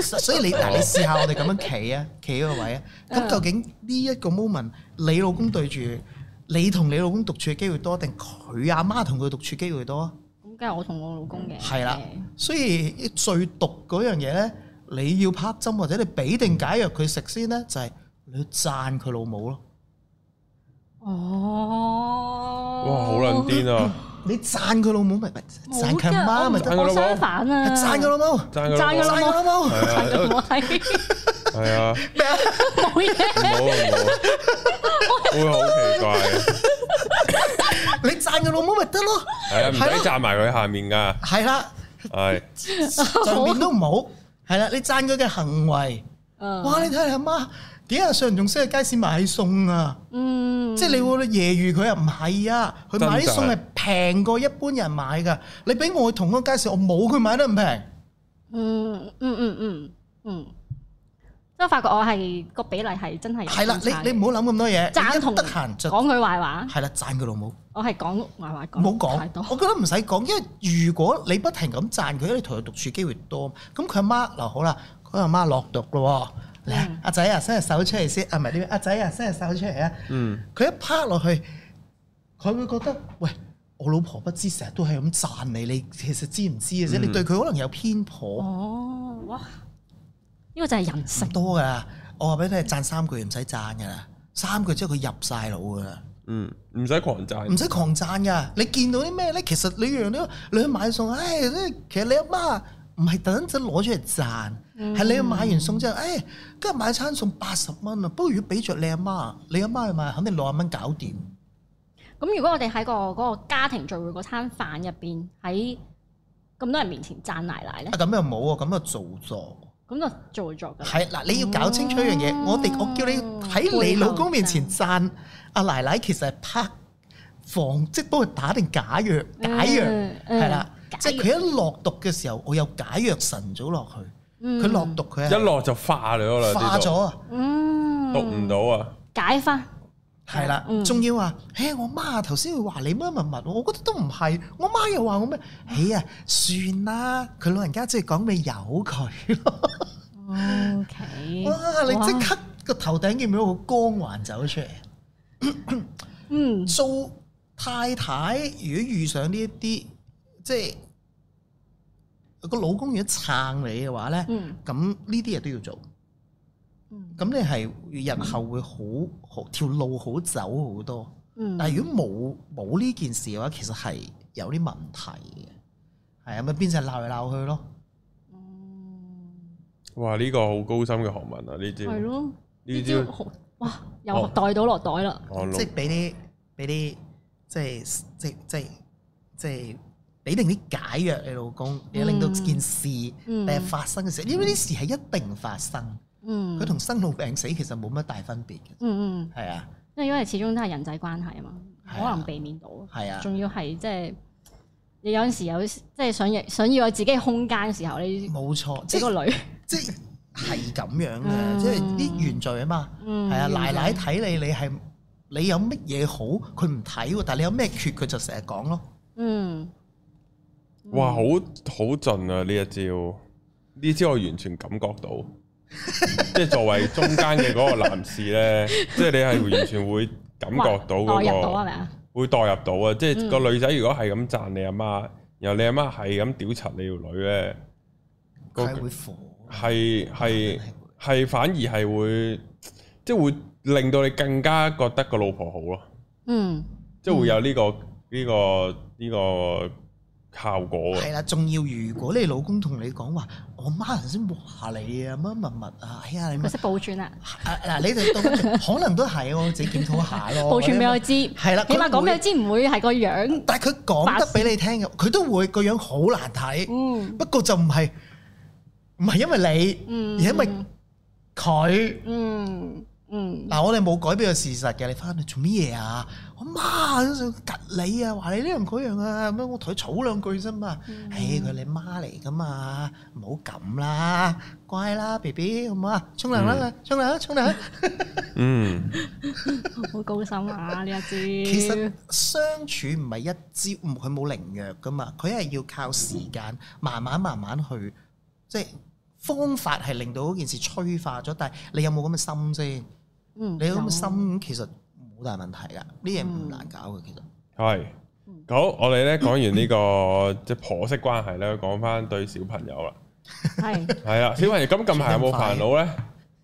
C: 所所以你嗱，你試下我哋咁樣企啊，企嗰個位啊。咁究竟呢一個 moment，你老公對住你同你老公獨處嘅機會多，定佢阿媽同佢獨處機會多啊？
B: 咁梗係我同我老公嘅，
C: 係啦，所以最毒嗰樣嘢咧，你要拍針或者你俾定解藥佢食先咧，就係、你要讚佢老母咯。
B: 哦，
A: 哇，好撚癲啊！
C: 你讚佢老母咪咪
B: 冇
C: 讚佢阿媽咪
B: 㗎
A: 讚
C: 得，
A: 佢
B: 我
A: 老母
B: 我相反啊，
C: 讚佢老母，
A: 爭個
B: 爭個
A: 老
B: 老
C: 讚
B: 母
C: 佢老母，
B: 讚佢
A: 母係
B: 老母係
A: 啊，
B: 冇嘢，
A: 唔好啊唔好啊，會好奇怪嘅。
C: 你讚佢老母咪得咯。
A: 係啊，唔
C: 係咯
A: 使讚埋佢下面㗎。
C: 係啦，
A: 係
C: 上面都唔好。係啦，你讚佢嘅行為。
B: 嗯
C: 哇！你睇下阿媽幾日上仲識去街市買餸啊！
B: 嗯，
C: 即係你會揶揄佢啊？唔係啊，佢買啲
A: 真㗎
C: 餸係平過一般人買㗎。你俾我去同嗰個街市，我冇佢買得咁平。
B: 嗯嗯嗯嗯嗯，即係發覺我係個比例係真係
C: 係啦，
B: 好差
C: 你
B: 嘅
C: 你唔好諗咁多嘢，
B: 贊
C: 你一
B: 同
C: 得閒就
B: 講佢壞話，
C: 係啦，讚佢老母，
B: 我係講壞話講
C: 冇
B: 太多
C: 講。我覺得唔使講，因為如果你不停咁讚佢，你同佢獨處機會多。咁佢阿媽嗱好啦，佢阿媽落毒咯喎，嚟
B: 嗯
C: 阿仔啊，伸隻手出嚟先，啊唔係點？阿仔啊，伸隻手出嚟啊！
A: 嗯，
C: 佢一拍落去，佢會覺得喂，我老婆不知成日都係咁讚你，你其實知唔知嘅啫？
A: 嗯
C: 你對佢可能有偏頗，
B: 哦，哇！呢個就係人
C: 唔
B: 性，
C: 多噶啦。我話俾你聽，讚三句唔使讚噶啦，三句之後佢入晒腦噶啦。
A: 嗯，唔使狂讚
C: 唔，使狂讚噶。你見到啲咩咧？其實你樣都你去買餸，唉、其實你阿媽唔係特登就攞出嚟讚，係、你去買完餸之後，唉、今日買餐餸八十蚊啊！不過如果俾着你阿媽，你阿媽去買，肯定六十蚊搞掂。
B: 咁如果我哋喺個嗰個家庭聚會嗰餐飯入邊，喺咁多人面前讚奶奶咧
C: 啊，，咁又冇啊，咁就做作。
B: 咁就做作㗎。
C: 係嗱，你要搞清楚一樣嘢，
B: 哦
C: 我哋我叫你喺你老公面前讚阿奶奶，其實係拍防即係幫佢打定假藥，解藥
B: 嗯嗯
C: 係啦，
B: 解
C: 即係
B: 藥
C: 佢一落毒嘅時候，我有解藥晨早落去，
B: 嗯
C: 佢落毒佢
A: 一
C: 係
A: 落就化咗啦，
C: 化
A: 呢度
C: 咗啊，
B: 嗯
A: 讀唔到啊，
B: 解翻，
C: 係啦
B: 嗯，
C: 仲要話，誒我媽頭先佢話你乜乜乜，我覺得都唔係，我媽又話我咩，哎呀算啦，佢老人家即係講你由佢咯，
B: O K，
C: 嗯哇你即刻個頭頂見唔見到個光環走出嚟？
B: 嗯
C: 做太太如果遇上呢一啲，即係個老公如果撐你嘅話咧，
B: 嗯
C: 咁呢啲嘢都要做。
B: 嗯
C: 咁你係日後會好好條路好走好多。
B: 嗯，
C: 但係如果冇冇呢件事嘅話，其實係有啲問題嘅。係啊，咪變成鬧嚟鬧去咯。
B: 嗯
A: 哇！呢個好高深嘅學問啊，呢招
B: 係咯，
A: 呢哦
B: 呢
A: 招
B: 招好哇，又袋到落袋啦，
A: 我哦老
C: 即係俾啲俾啲即係即即即係俾定啲解藥你老公，你令到件事
B: 嗯
C: 誒呃發生嘅時候，因為啲事係一定發生，
B: 嗯，
C: 佢同生老病死其實冇乜大分別嘅，
B: 嗯嗯，
C: 係啊
B: 因為因為始終都係人際關係啊嘛，
C: 係啊
B: 可能避免到，
C: 係啊，
B: 仲要係即係你有陣時有即係想想要有自己嘅空間嘅時候，你
C: 冇錯，即
B: 俾個女，
C: 即係咁樣嘅，
B: 嗯
C: 即係啲原罪啊嘛，
B: 嗯
C: 係
B: 原
C: 啊，
B: 罪
C: 奶奶睇你，你係你有乜嘢好，佢唔睇喎，但係你有咩缺，佢就成日講咯。
B: 嗯，
A: 哇，好好盡啊！呢一招，呢招我完全感覺到， 即係作為中間嘅嗰個男士 咧，即係你係完全會感覺到
B: 哇
A: 嗰
B: 代入到係
A: 個，
B: 咪啊？
A: 會代入到啊！即係
B: 嗯
A: 個女仔如果係咁讚你阿媽，然後你阿媽係咁屌柒你條女咧，個
C: 佢係會火，啊
A: 係係
C: 係
A: 係反而係會，即係會令到你更加覺得個老婆好咯，
B: 嗯
A: 即係會有呢個呢個呢個效果啊！
C: 係啦，仲要如果你老公同你講話，我媽頭先話你啊，乜乜乜啊，哎呀你
B: 佢
C: 乜
B: 識報轉啦，
C: 啊嗱，你哋到可能都係喎，自己檢討一下 咯。
B: 報轉俾我
C: 或者
B: 知，起
C: 係啦，
B: 碼講俾我
C: 咩？
B: 知唔會係個樣，
C: 但係佢講得俾你聽嘅，佢都會個樣好難睇，
B: 嗯
C: 不過就唔係唔係因為
B: 嗯，
C: 你，而係因為佢。
B: 嗯嗯
C: 嗱，我哋冇改變個事實嘅，你翻去做乜嘢啊？我媽都想吉你啊，話你呢樣嗰樣啊，咁樣我同佢吵兩句啫嘛。
B: 嗯
C: 唉，佢你媽嚟噶嘛，唔好咁啦，乖啦，B B，好唔好啊？沖涼啦，沖涼啦，沖涼啦。
A: 嗯。
B: 好高深啊呢一招，
C: 其
B: 嗯
C: 實相處唔係一招，唔佢冇靈藥噶嘛，佢係要靠時間慢慢慢慢去，即係方法係令到嗰件事催化咗。但係你有冇咁嘅心先？
B: 嗯
C: 你有咁嘅心其實冇大問題噶，呢嘢唔難搞嘅其實。
A: 係
B: 嗯
A: 好，我哋咧講完呢、個 即係婆媳關係咧，講翻對小朋友啦。
B: 係
A: 係啦，小朋友咁近排有冇煩惱咧？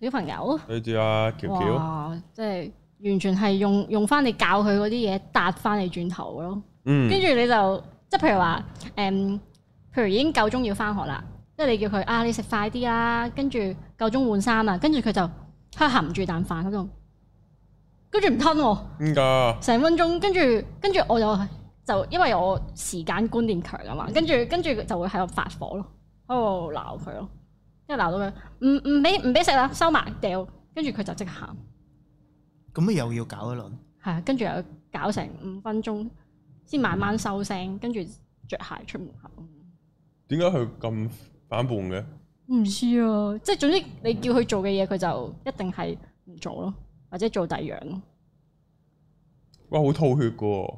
B: 小朋友，
A: 對住阿喬喬，
B: 哇，即係完全係用用翻你教佢嗰啲嘢答翻你轉頭咯。
A: 嗯
B: 跟住你就即係譬如話誒、譬如已經夠鐘要翻學啦，即係你叫佢啊，你食快啲啦，跟住夠鐘換衫啊啦，跟住佢就佢含住啖飯喺度，跟住唔吞喎，
A: 邊個？
B: 成分鐘，跟住跟住我就就因為我時間觀念強啊嘛，跟住跟住就會喺度發火咯，喺度鬧佢咯，跟住鬧到佢唔唔俾唔俾食啦，收埋掉，跟住佢就即刻喊。
C: 咁咪又要搞一輪，
B: 係啊，跟住又搞成五分鐘，先慢慢收聲，跟住着鞋出門口。
A: 點解佢咁反叛嘅？
B: 唔知啊，即係總之你叫佢做嘅嘢，佢就一定係唔做咯，或者做第二樣咯。
A: 哇，好吐血噶喎！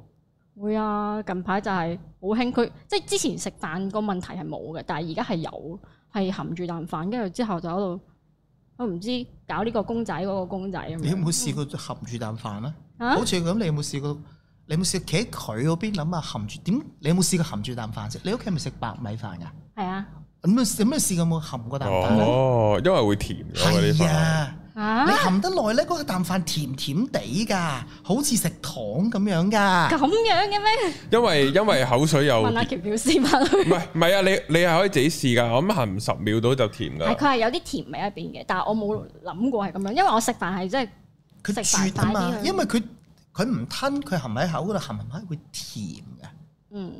B: 會啊，近排就係好興佢，即係之前食飯個問題係冇嘅，但係而家係有，係含住啖飯，跟住之後就喺度，我唔知搞呢個公仔嗰個公仔咁
C: 你有
B: 樣。
C: 冇試過含住啖飯啊？
B: 啊
C: 好似咁，你有冇試過？你有冇試過企喺佢嗰邊諗下含住點？你有冇試過含住啖飯食？你屋企係咪食白米飯㗎？
B: 係啊，
C: 咁有有咩試過冇含過啖飯啊？
A: 哦，因為會甜咗嘅呢
C: 係
A: 塊，
C: 啊，
B: 啊
C: 你含得耐咧，嗰個啖飯甜甜地㗎，好似食糖咁樣㗎。
B: 咁樣嘅咩？
A: 因為因為口水又
B: 問阿喬喬試翻
A: 唔
B: 佢。
A: 係唔係啊！你你係可以自己試㗎，我諗含十秒到就甜㗎
B: 係佢
A: 啦。
B: 係有啲甜味喺入邊嘅，但係我冇諗過係咁樣，因為我食飯係真係
C: 佢
B: 食飯
C: 啜啊嘛
B: 快啲，去
C: 因為佢佢唔吞，佢含喺口嗰度，含含下會甜㗎。
B: 嗯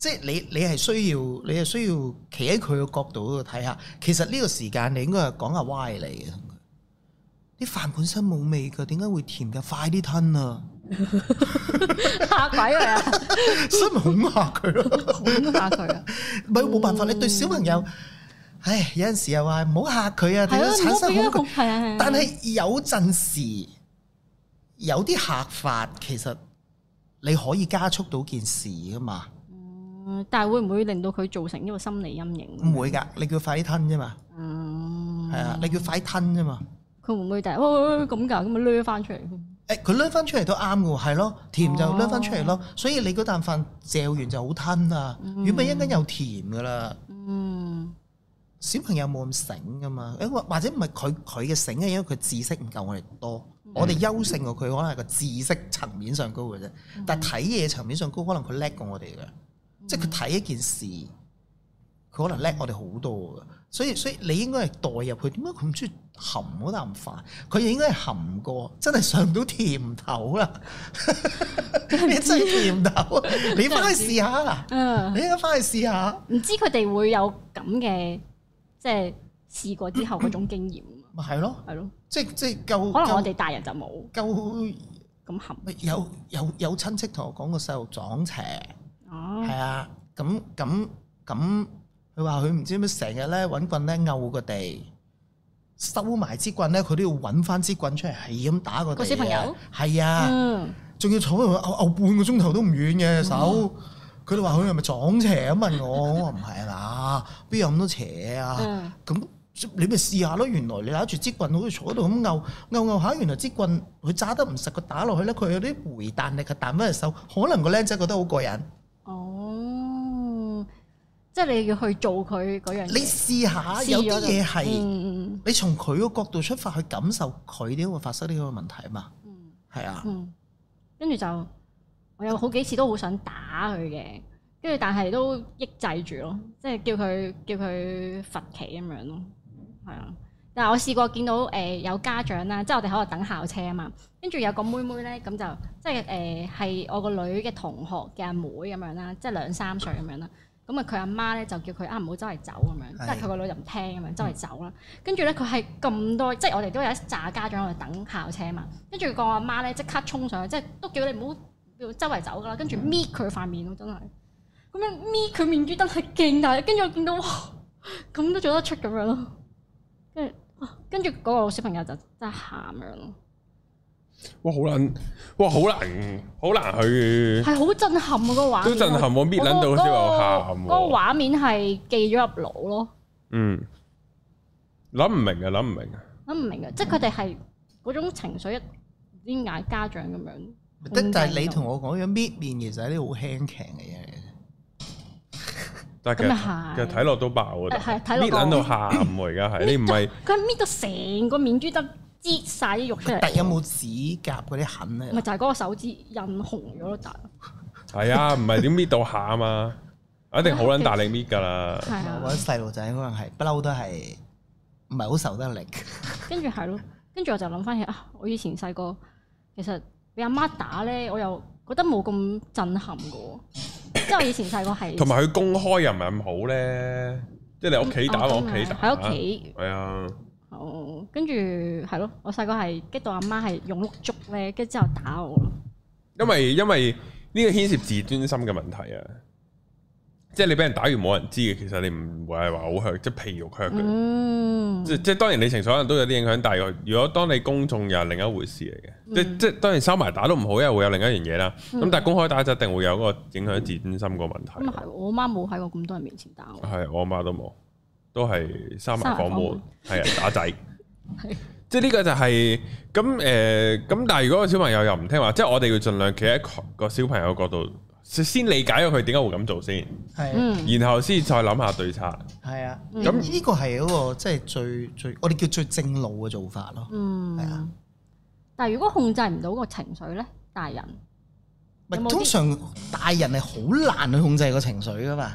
C: 即係你你係需要你係需要企喺佢嘅角度嗰度睇下，其實呢個時間你應該係講下歪嚟嘅。同佢啲飯本身冇味㗎，點解會甜㗎？快啲吞啊！
B: 嚇鬼佢 啊，
C: 所以咪恐嚇 佢咯，
B: 恐嚇佢啊！
C: 咪冇辦法。你對小朋友，唉，有陣時又話唔好嚇佢
B: 係
C: 啊，點
B: 咯，
C: 樣
B: 唔
C: 產
B: 好俾
C: 生
B: 佢
C: 恐
B: 恐
C: 懼？
B: 係啊係啊。
C: 但係有陣時有啲嚇法，其實你可以加速到件事㗎嘛，
B: 嗯但係會唔會令到佢造成一個心理陰影？
C: 唔會㗎，你叫快啲吞啫嘛，
B: 嗯，
C: 係啊，你叫快啲吞啫嘛。
B: 佢會唔會第日喂喂喂哦咁㗎？咁咪掠翻出嚟？
C: 誒佢擸翻出嚟都啱嘅喎，係咯，甜就
B: 哦
C: 擸翻出嚟咯，所以你嗰啖飯嚼完就好吞啊，如果唔係一陣間又甜噶啦。
B: 嗯，
C: 小朋友冇咁醒噶嘛，誒或或者唔係佢佢嘅醒嘅，因為佢智識唔夠我哋多，
B: 嗯
C: 我哋優勝過佢，可能係個知識層面上高嘅啫，
B: 嗯
C: 但係睇嘢層面上高，可能佢叻過我哋嘅，即係佢睇一件事，佢可能叻我哋好多嘅，所以所以你應該係代入佢，點解佢唔中意含嗰啖飯？佢應該係含過，真係上到甜 頭啦，你真係甜頭，你翻去試下啦，
B: 嗯，
C: 你應該翻去試下。
B: 唔知佢哋會有咁嘅，即係試過之後嗰種經驗，
C: 咪係咯，
B: 係咯？
C: 即即係夠
B: 可能我
C: 夠
B: 哋大人就冇
C: 夠
B: 咁含。
C: 咪有有有親戚同我講個細路撞邪，
B: 哦
C: 係，啊，咁咁咁，佢話佢唔知咩成日咧揾棍咧摳個地，收埋支棍咧，佢都要揾翻支棍出嚟，係咁打個地
B: 個
C: 嘅
B: 小朋友
C: 係啊，
B: 嗯，
C: 仲要坐喺度摳摳半個鐘頭都唔遠嘅手。佢哋話佢係咪撞邪咁問我，我話唔係啊嗱，邊有咁多邪啊？
B: 嗯，
C: 咁你咪試下咯。原來你攞住支棍好似坐喺度咁拗拗拗下，原來支棍佢揸得唔實，佢打落去咧，佢有啲回彈力，佢彈翻隻手。可能個僆仔覺得好過癮，
B: 哦，即係你要去做佢嗰樣
C: 你
B: 嘢，
C: 試下
B: 嗯試咗
C: 有啲
B: 就
C: 嘢係
B: 嗯
C: 你從佢個角度出發去感受佢點會發生呢個問題啊嘛。
B: 嗯嗯。
C: 係啊，
B: 嗯，跟住就我有好幾次都好想打佢嘅，跟住但係都抑制住咯，即係叫佢叫佢罰企咁樣咯，係啊。但係我試過見到誒、呃有家長啦，即係我哋喺度等校車啊嘛，跟住有個妹妹咧，咁就即係誒係我個女嘅同學嘅阿妹咁樣啦，即係兩三歲咁樣啦。咁啊佢阿媽咧就叫佢啊唔好周圍走咁樣，
C: 係
B: 但係佢個女就唔聽咁樣周圍走啦。跟住咧佢係咁多，即係我哋都有一紮家長喺度等校車嘛。跟住個阿媽咧即刻衝上去，即係都叫你唔好周圍走噶啦，跟住搣佢塊面咯，真係咁樣搣佢面珠燈係勁大，跟住我見到哇咁都做得出咁樣咯，跟住哇跟住嗰個小朋友就真係喊咁樣咯，
A: 哇，好難，哇，好難，好難去，
B: 係好震撼啊！嗰個畫面
A: 都震撼我搣撚到
B: 我
A: 先
B: 嗰
A: 話
B: 個
A: 喊
B: 嗰個
A: 喎。
B: 畫面係記咗入腦咯，
A: 嗯，諗唔明啊，諗唔明啊。
B: 諗唔明嘅，即係佢哋係嗰種情緒一唔知點解家長咁樣。
C: 得就係你同我講樣搣面，其實係啲好輕強嘅嘢嚟嘅。
A: 但係其
B: 咁
A: 實
B: 啊係
A: 其實睇落都爆啊！
B: 誒係睇落
A: 搣撚到喊喎，而家係你唔係
B: 佢係搣到成個面珠得擠晒啲肉出
C: 但有
B: 嚟，
C: 冇指甲嗰啲痕咧
B: 咪？就係嗰個手指印紅咗咯，但
A: 係啊，唔係點搣到喊啊？一定好撚大力搣㗎啦。
B: 係
C: 我
B: 啊，
C: 覺得細路仔可能係不嬲都係唔係好受得力。
B: 跟住係咯，跟住我就諗翻起啊，我以前細個其實俾阿媽打咧，我又覺得冇咁震撼嘅喎，即係我以前細個係
A: 同埋佢公開又唔係咁好咧，即係你屋企打
B: 哦
A: 我
B: 真
A: 屋
B: 係
A: 企打，
B: 喺屋企，
A: 係啊，
B: 哦，跟住係咯，我細個係激到阿媽係用碌竹咧，跟住之後打我咯，
A: 因為因為呢個牽涉自尊心嘅問題啊，即係你俾人打完冇人知嘅，其實你唔會係話好 hurt，即係皮肉 hurt 嘅。
B: 嗯，
A: 即即係當然你情緒可能都有啲影響，但係如果當你公眾又係另一回事
B: 嗯
A: 嚟嘅，即即當然收埋打都唔好，因為會有另一樣嘢啦。咁但係公開打就一定會有嗰個影響自尊心個問題。
B: 咁啊係，我媽冇喺我咁多人面前打我，
A: 係我阿媽都冇，都係閂埋
B: 閂埋
A: 房
B: 房
A: 門
B: 門，
A: 係啊打仔。即係呢個就係咁誒，咁、但係如果個小朋友又唔聽話，即係我哋要盡量企喺佢個小朋友角度，先理解咗佢點解會咁做先，
C: 係啊
B: 嗯，
A: 然後先再諗下對策。
C: 係啊，
B: 嗯
C: 咁呢個係嗰個即係最最我哋叫最正路嘅做法咯。係啊
B: 嗯，但係如果控制唔到個情緒咧，大人
C: 咪
B: 有冇啲
C: 通常大人係好難去控制個情緒噶嘛，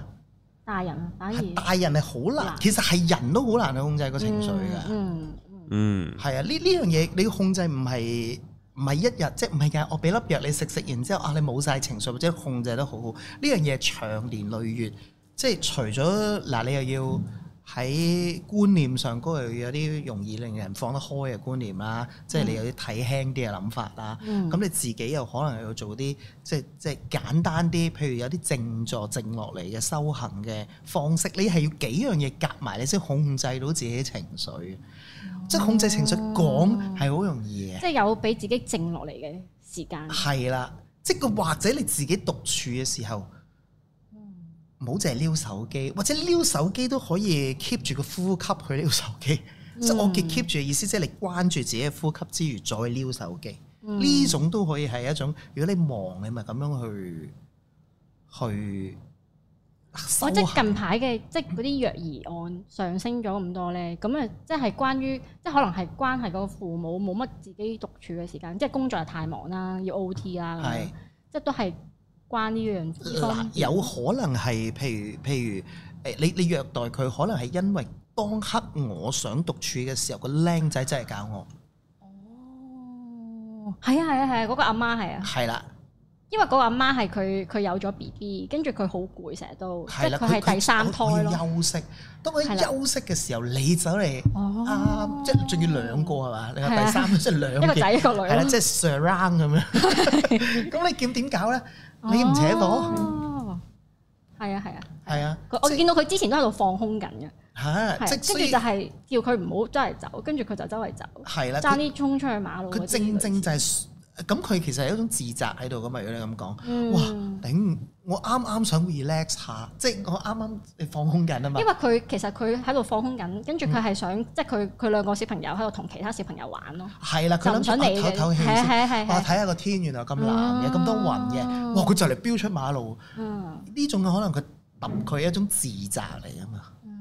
B: 大人啊反而
C: 係大人係好難
B: 難，
C: 其實係人都好難去控制個情緒啊㗎。
B: 嗯嗯
A: 嗯，
C: 係啊，呢呢樣嘢你要控制唔係唔係一日，即係唔係㗎？我俾粒藥你食，食完之後啊，你冇晒情緒或者控制得好好，呢樣嘢長年累月，即係除咗嗱，你又要喺觀念上高又要有啲容易令人放得開嘅觀念啦，即係你又要睇輕啲嘅諗法啦。
B: 嗯
C: 咁你自己又可能又要做啲即係即係簡單啲，譬如有啲靜坐靜落嚟嘅修行嘅方式，你係要幾樣嘢夾埋，你先控制到自己情緒。即係控制情緒講係好容易嘅，
B: 即係有俾自己靜落嚟嘅時間。
C: 係啦，即係個或者你自己獨處嘅時候，唔好淨係撩手機，或者撩手機都可以 keep 住個呼吸去撩手機。即係我嘅 keep 住嘅意思，即係你關注自己嘅呼吸之餘，再撩手機。
B: 嗯
C: 呢、種都可以係一種，如果你忙，你咪咁樣去去修
B: 我哦即係
C: 行
B: 近排嘅，即係嗰啲虐兒案上升咗咁多咧，咁啊，即係關於即係可能係關係個父母冇乜自己獨處嘅時間，即係工作又太忙啦，要 O T 啦，咁
C: 係
B: 樣即係都係關呢樣呢方
C: 嗱，
B: 面
C: 有可能係譬如譬如誒，你你虐待佢，可能係因為當刻我想獨處嘅時候，個僆仔真係教我，
B: 哦，係啊係啊係啊，嗰、個阿媽係啊，
C: 係啦，
B: 因為嗰個阿媽係佢佢有咗 B B，跟住佢好攰，成日都即
C: 係
B: 係
C: 啦，
B: 佢係第三胎
C: 佢
B: 咯。
C: 要休息，當佢
B: 係啦
C: 休息嘅時候，你走嚟
B: 哦
C: 啱，啊即係仲要兩個係嘛？你話
B: 係啊
C: 第三即係
B: 一
C: 兩
B: 個
C: 件
B: 仔一個女
C: 係啦，
B: 咯
C: 即係 surround 咁 樣，咁你點點搞咧？你唔扯火，
B: 哦係啊係啊，
C: 係啊
B: 佢，我
C: 即係
B: 見到佢之前都喺度放空緊嘅。
C: 嚇，
B: 係
C: 即係
B: 跟住
C: 所以
B: 就係叫佢唔好周圍走，跟住佢就周圍走，
C: 係啦，
B: 爭啲衝出去馬路嗰啲類似。
C: 佢正正就係、咁，佢其實係一種自責喺度噶嘛。如果你咁講，
B: 嗯
C: 哇頂！我啱啱想 relax 下，即係我啱啱你放空緊啊嘛
B: 因。為佢其實佢喺度放空緊，跟
C: 嗯
B: 住佢係想即係佢佢兩個小朋友喺度同其他小朋友玩咯，
C: 係啦，佢
B: 就唔
C: 諗住
B: 想理
C: 啊
B: 嘅。
C: 唞唞氣
B: 係啊
C: 先。
B: 係啊係啊係
C: 哇！
B: 啊，
C: 睇下個天原來咁藍嘅，咁多雲嘅，哇！佢就嚟飆出馬路，
B: 嗯
C: 呢種可能佢揼佢係一種自責嚟啊嘛。
B: 嗯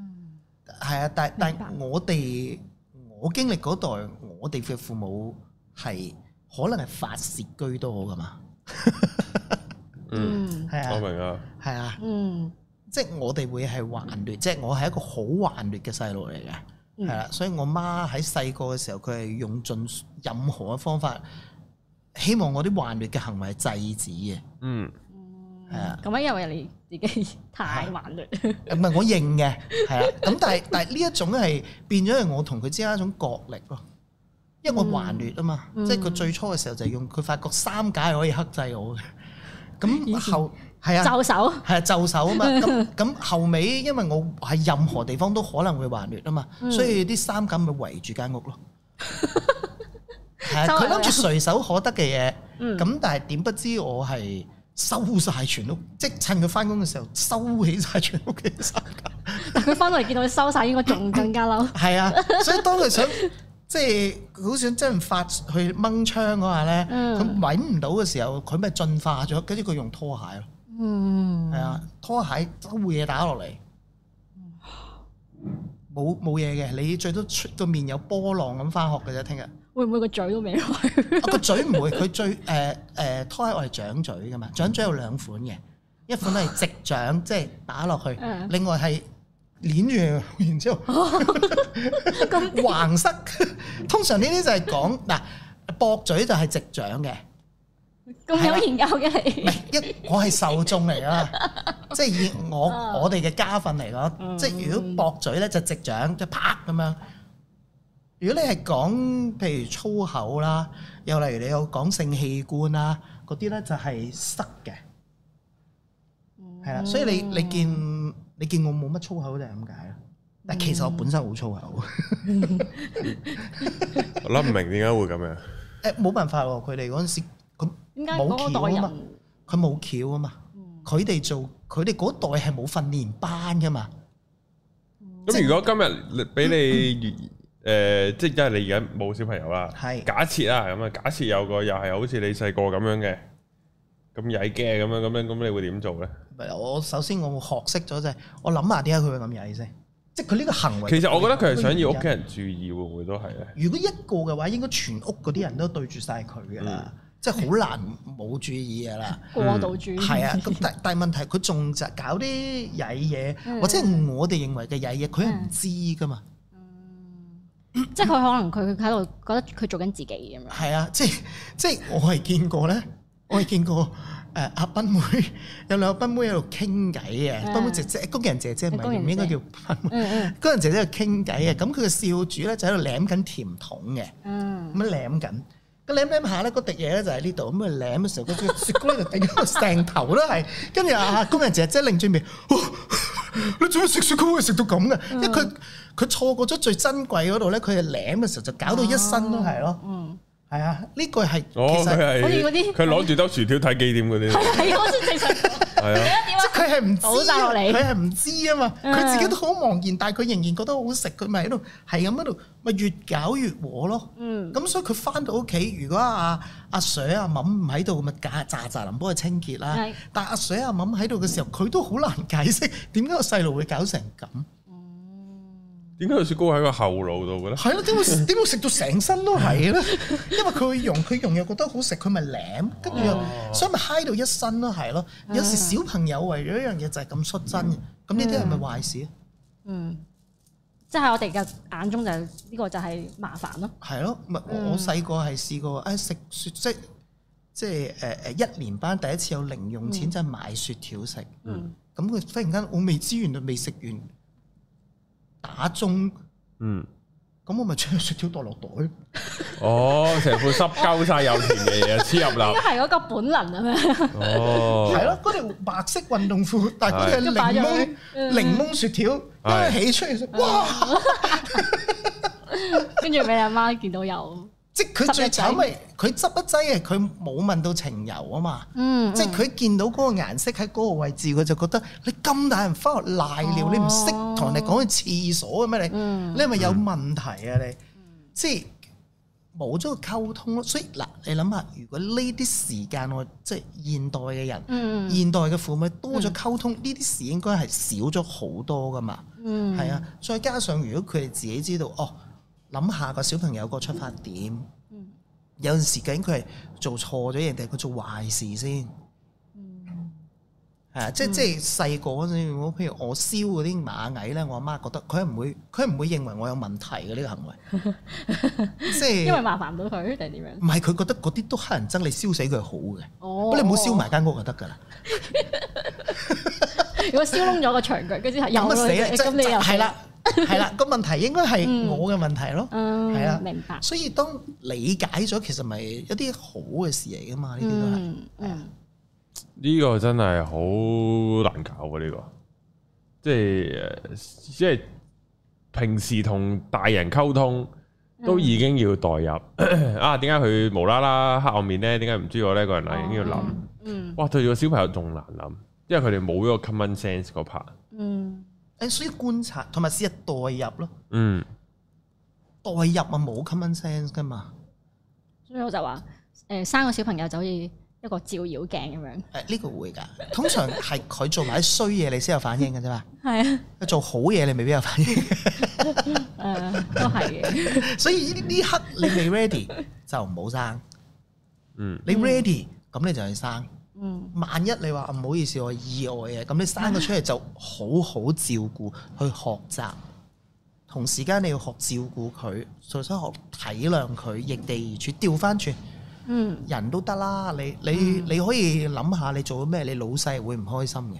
C: 係啊，但
B: 明白
C: 但我哋我經歷嗰代，我哋嘅父母係可能係發泄居多噶嘛。
A: 嗯，
B: 嗯
C: 係
A: 我
C: 啊，
A: 明啊。
C: 係啊。
B: 嗯
C: 即係我哋會係頑劣，即係我係一個好頑劣嘅細路嚟嘅，
B: 嗯
C: 係啦、所以我媽喺細個嘅時候，佢係用盡任何嘅方法，希望我啲頑劣嘅行為制止嘅。
A: 嗯，
B: 嗯
C: 係啊
B: 咁樣因為你自己太頑劣，
C: 唔係我認嘅，係啦。咁但係但係呢一種係變咗係我同佢之間一種角力咯，因為我頑劣啊嘛，
B: 嗯
C: 即係佢最初嘅時候就係用佢發覺三解係可以克制我嘅，咁後係啊。
B: 就手
C: 係啊，就手啊嘛，
B: 嗯
C: 咁咁後尾，因為我喺任何地方都可能會還劣啊嘛，
B: 嗯
C: 所以啲衫咁咪圍住間屋咯。
B: 周圍都
C: 係啊，佢
B: 有
C: 諗住隨手可得嘅嘢，
B: 嗯
C: 咁、但係點不知我係收晒全屋，即係趁佢翻工嘅時候收起晒全屋嘅衫。
B: 但佢翻到嚟見到你收晒，應該仲更加嬲。
C: 係啊，所以當佢想 即係佢好想真係發去掹槍嗰下咧，
B: 嗯
C: 佢揾唔到嘅時候，佢咪進化咗，跟住佢用拖鞋咯，
B: 嗯
C: 係啊，拖鞋都嘢打落嚟，冇冇嘢嘅，你最多出個面有波浪咁翻學嘅啫， 聽日啊
B: 會唔會個嘴都未開？
C: 個嘴唔會，佢最誒誒、 呃拖鞋我係掌嘴噶嘛，掌嘴有兩款嘅，一款係直 掌，即係打落去
B: 嗯，
C: 另外係攣住， 然之後。
B: 哦咁
C: 橫塞，通常呢啲就係講嗱，駁嘴就係直掌嘅，
B: 咁有研究嘅
C: 唔
B: 你？
C: 係一我係受眾嚟 噶嘛，即係以我
B: 啊
C: 我哋嘅家訓嚟講，
B: 嗯
C: 即係如果駁嘴咧就直掌，即係啪咁樣。如果你係講譬如粗口啦，又例如你有講性器官啦嗰啲咧，就係塞嘅，係啦，所以你
B: 嗯
C: 你見你見我冇乜粗口就係咁解咯。但其實我本身好粗口，
A: 我諗唔明點解會咁樣。
C: 誒冇辦法喎，佢哋嗰陣時佢
B: 點解嗰代
C: 冇橋啊
B: 人
C: 佢冇橋啊嘛，佢哋做佢哋嗰代係冇訓練班噶嘛，
A: 咁如果今日你俾你诶，即係因為你而家冇小朋友啦，
C: 係
A: 假設啦咁啊，假設有個又係好似你細個咁樣嘅，咁曳嘅咁樣咁樣，咁你會點做咧？
C: 咪我首先我會學識咗就係我諗下點解佢會咁曳先，即係佢呢個行為。
A: 其實我覺得佢係想要屋企人注意，會唔會都係咧？
C: 如果一個嘅話，應該全屋嗰啲人都對住晒佢㗎啦，
A: 嗯
C: 即係好難冇注意㗎 啦。
B: 過度主義？
C: 係啊，咁但但係問題佢仲就搞啲曳嘢，
B: 嗯
C: 或者係我哋認為嘅曳嘢，佢係唔知㗎嘛。
B: 嗯即係佢可能佢喺度覺得佢做緊自己咁樣。
C: 係啊，即係即係我係見過咧，我係見過誒阿賓妹 有兩個賓妹喺度傾偈嘅，
B: 嗯
C: 賓妹姐姐工人姐姐唔
B: 工
C: 係
B: 人姐
C: 應該叫賓妹，
B: 嗯
C: 工人姐姐喺度傾偈啊嘅，咁佢嘅少主咧就喺度舐緊甜筒嘅。
B: 嗯
C: 咁樣舐緊，咁舐舐下咧，嗰滴嘢咧就喺呢度，咁佢舐嘅時候，嗰隻雪糕咧就頂到成頭都係，跟住啊工人姐姐擰轉面，哇你做咩食雪糕啊會食到咁嘅？因為佢佢錯過咗最珍貴嗰度咧，佢係舐嘅時候就搞到一身都係咯，
B: 嗯，
C: 係啊，呢個係其
A: 哦，佢
C: 實
B: 好似嗰啲
A: 係佢攞住兜薯條睇幾點嗰
B: 係
A: 啲，
B: 啊係啊，我先正想講
A: 係啊。
B: 點
C: 即係
B: 啊？
C: 佢係唔
B: 倒
C: 知
B: 晒
C: 啊，
B: 落嚟
C: 佢係唔知啊嘛，
B: 嗯
C: 佢自己都好茫然，但係佢仍然覺得好食，佢咪喺度係咁喺度，咪越搞越和咯。
B: 嗯
C: 咁所以佢翻到屋企，如果阿阿 Sir 阿敏唔喺度，咪架咋咋林幫佢清潔啦
B: 係。
C: 但阿 Sir 阿敏喺度嘅時候，佢都好難解釋點解個細路會搞成咁。
B: 嗯
A: 點解個雪糕喺個後腦度嘅咧？
C: 係咯，點會 點會食到成身都係咧？因為佢會溶，佢溶又覺得好食，佢咪舐，跟住又
B: 嗯
C: 所以咪嗨到一身都哦係咯。有時小朋友為咗一樣嘢就係咁率真嘅，咁呢啲係咪壞事啊？
B: 嗯，即係我哋嘅眼中就係呢個就係麻煩咯。
C: 係咯，咪我
B: 嗯
C: 我細個係試過，誒食雪即即係誒誒一年班第一次有零用錢就係買雪條食，
B: 嗯
C: 咁佢忽然間我未知原來未食完打鐘，
A: 嗯，
C: 咁我咪將雪條袋落袋，
A: 哦，成副濕鳩晒有甜嘅嘢黐入
B: 應
A: 啦，
B: 該係嗰個本能啊咁 樣。
A: 哦，
C: 係 咯，嗰條白色運 動褲，但係嗰條
B: 係
C: 係
B: 一擺
C: 檸
B: 入
C: 檬
B: 去嗯
C: 檸檬雪條，
A: 係
C: 一起出嚟食，哇！
B: 跟住俾阿媽見到有，
C: 即係佢最慘咪佢執一劑嘅，佢冇問到情由啊嘛。
B: 嗯，
C: 即係佢見到嗰個顏色喺嗰個位置，佢就覺得你咁大人翻學賴尿，你唔識同人哋講去廁所嘅咩？你
B: 哦嗯
C: 你係咪有問題啊？你即係冇咗個溝通咯。所以嗱，你諗下，如果呢啲時間我即係現代嘅人，
B: 嗯
C: 現代嘅父母多咗溝通，呢啲事應該係少咗好多噶嘛。
B: 嗯
C: 係啊，再加上如果佢哋自己知道，哦，諗下個小朋友個出發點，
B: 嗯
C: 有陣時究竟佢係做錯咗嘢定係佢做壞事先？
B: 嗯
C: 係啊，即係即係細個嗰陣，如果譬如我燒嗰啲螞蟻咧，我阿媽覺得佢係唔會，佢係唔會認為我有問題嘅呢個 行為，即
B: 因為
C: 係
B: 麻煩到佢定係點樣？
C: 唔係佢覺得嗰啲都乞人憎，你燒死佢係好嘅，
B: 哦
C: 不過你唔好燒。埋間屋就得㗎啦。
B: 如果燒窿咗個長腳，跟住之後有
C: 咁啊
B: 咯
C: 死啦！即
B: 咁你又
C: 係係啦，係啦，個問題應該係我嘅問題咯。
B: 嗯，
C: 係啊
B: 明白。
C: 所以當理解咗，其實咪一啲好嘅事嚟噶嘛？呢啲都係。
B: 嗯嗯
A: 呢個真係好難搞啊！呢、個即係呃即係平時同大人溝通
C: 嗯
A: 都已經要代入、 啊！點解佢無啦啦黑我面呢？點解唔知我呢個人
C: 哦
A: 啊？已經要諗，
B: 嗯
A: 哇！對住個小朋友仲難諗，因為佢哋冇咗個 common sense 嗰 part。
B: 嗯
C: 誒，所以觀察同埋試下代入咯，
A: 嗯，
C: 代入啊冇 common sense 噶嘛。
B: 所以我就話誒生個小朋友就好似一個照妖鏡咁樣。
C: 誒、呢、個會㗎，通常係佢做埋啲衰嘢你先有反應嘅啫嘛，
B: 係
C: 佢做好嘢你未必有反應，
B: 啊，誒都係嘅。
C: 所以呢呢刻你未 ready 就唔好生，
A: 嗯，
C: 你 ready 咁你就去生。
B: 嗯
C: 萬一你話啊唔好意思我意外嘅，咁你生佢出嚟就好好照顧，去學習。同時間你要學照顧佢，再想學體諒佢，逆地而處。調翻轉
B: 嗯
C: 人都得啦，你你你可以諗下你做咗咩，你老細會唔開心嘅？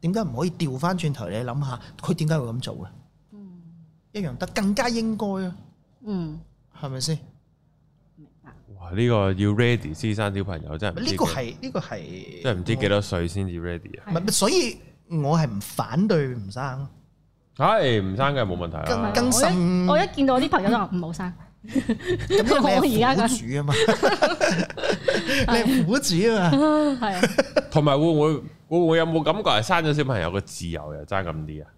C: 點解唔可以調翻轉頭你諗下佢點解會咁做咧？一樣得，更加應該啊，
B: 嗯，
C: 係咪先？
B: 明白。
A: 哇！呢、個要 ready 先生小朋友真係唔知
C: 呢個
A: 幾
C: 係嗯呢個係
A: 真係唔知幾多歲先至 ready 啊！
C: 唔係，所以我係唔反對 唔生，
A: 係唔生嘅冇問題啦
C: 更。更甚
B: 我一見到我啲朋友都話唔好生，
C: 咁因為你
B: 我而
C: 係
B: 家
C: 苦主啊嘛， 你係苦主啊嘛，
B: 係啊。
A: 同埋會唔會會唔會有冇感覺係生咗小朋友個自由又爭咁啲啊？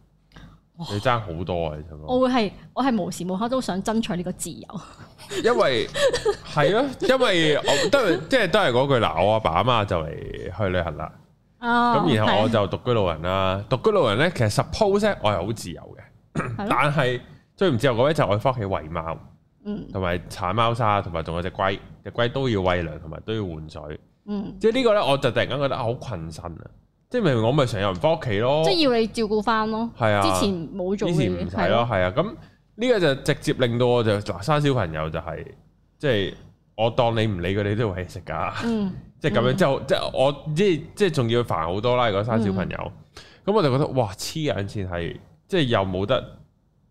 A: 你爭好多啊！你想講
B: 我會係我係無時無刻都想爭取呢個自由，
A: 因為係咯，因為我都係即係都係嗰句嗱，我阿爸阿媽就嚟去旅行啦。
B: 啊
A: 咁然後我就獨居老人啦。獨居老人咧，其實 suppose 呢我係好自由嘅，
B: 係咯
A: 但係最唔自由嗰位就我翻屋企餵貓，
B: 嗯
A: 同埋鏟貓砂，同埋仲有隻龜，隻龜都要餵糧，同埋都要換水。
B: 嗯，
A: 即係呢個咧，我就突然間覺得啊好困身啊！即係明明我咪成日唔翻屋企咯
B: 嗯即，係要你照顧翻咯。
A: 係啊，
B: 之前冇做
A: 以
B: 嘅
A: 前
B: 嘢
A: 唔使咯，，係啊，咁呢個就直接令到我就嗱生小朋友就係即係我當你唔理佢，你都要餵食㗎。
B: 嗯
A: 即係咁樣，之後即係我即係即係仲要煩好多啦。如果生小朋友，
B: 嗯
A: 咁、我就覺得哇黐眼線係，即係又冇得，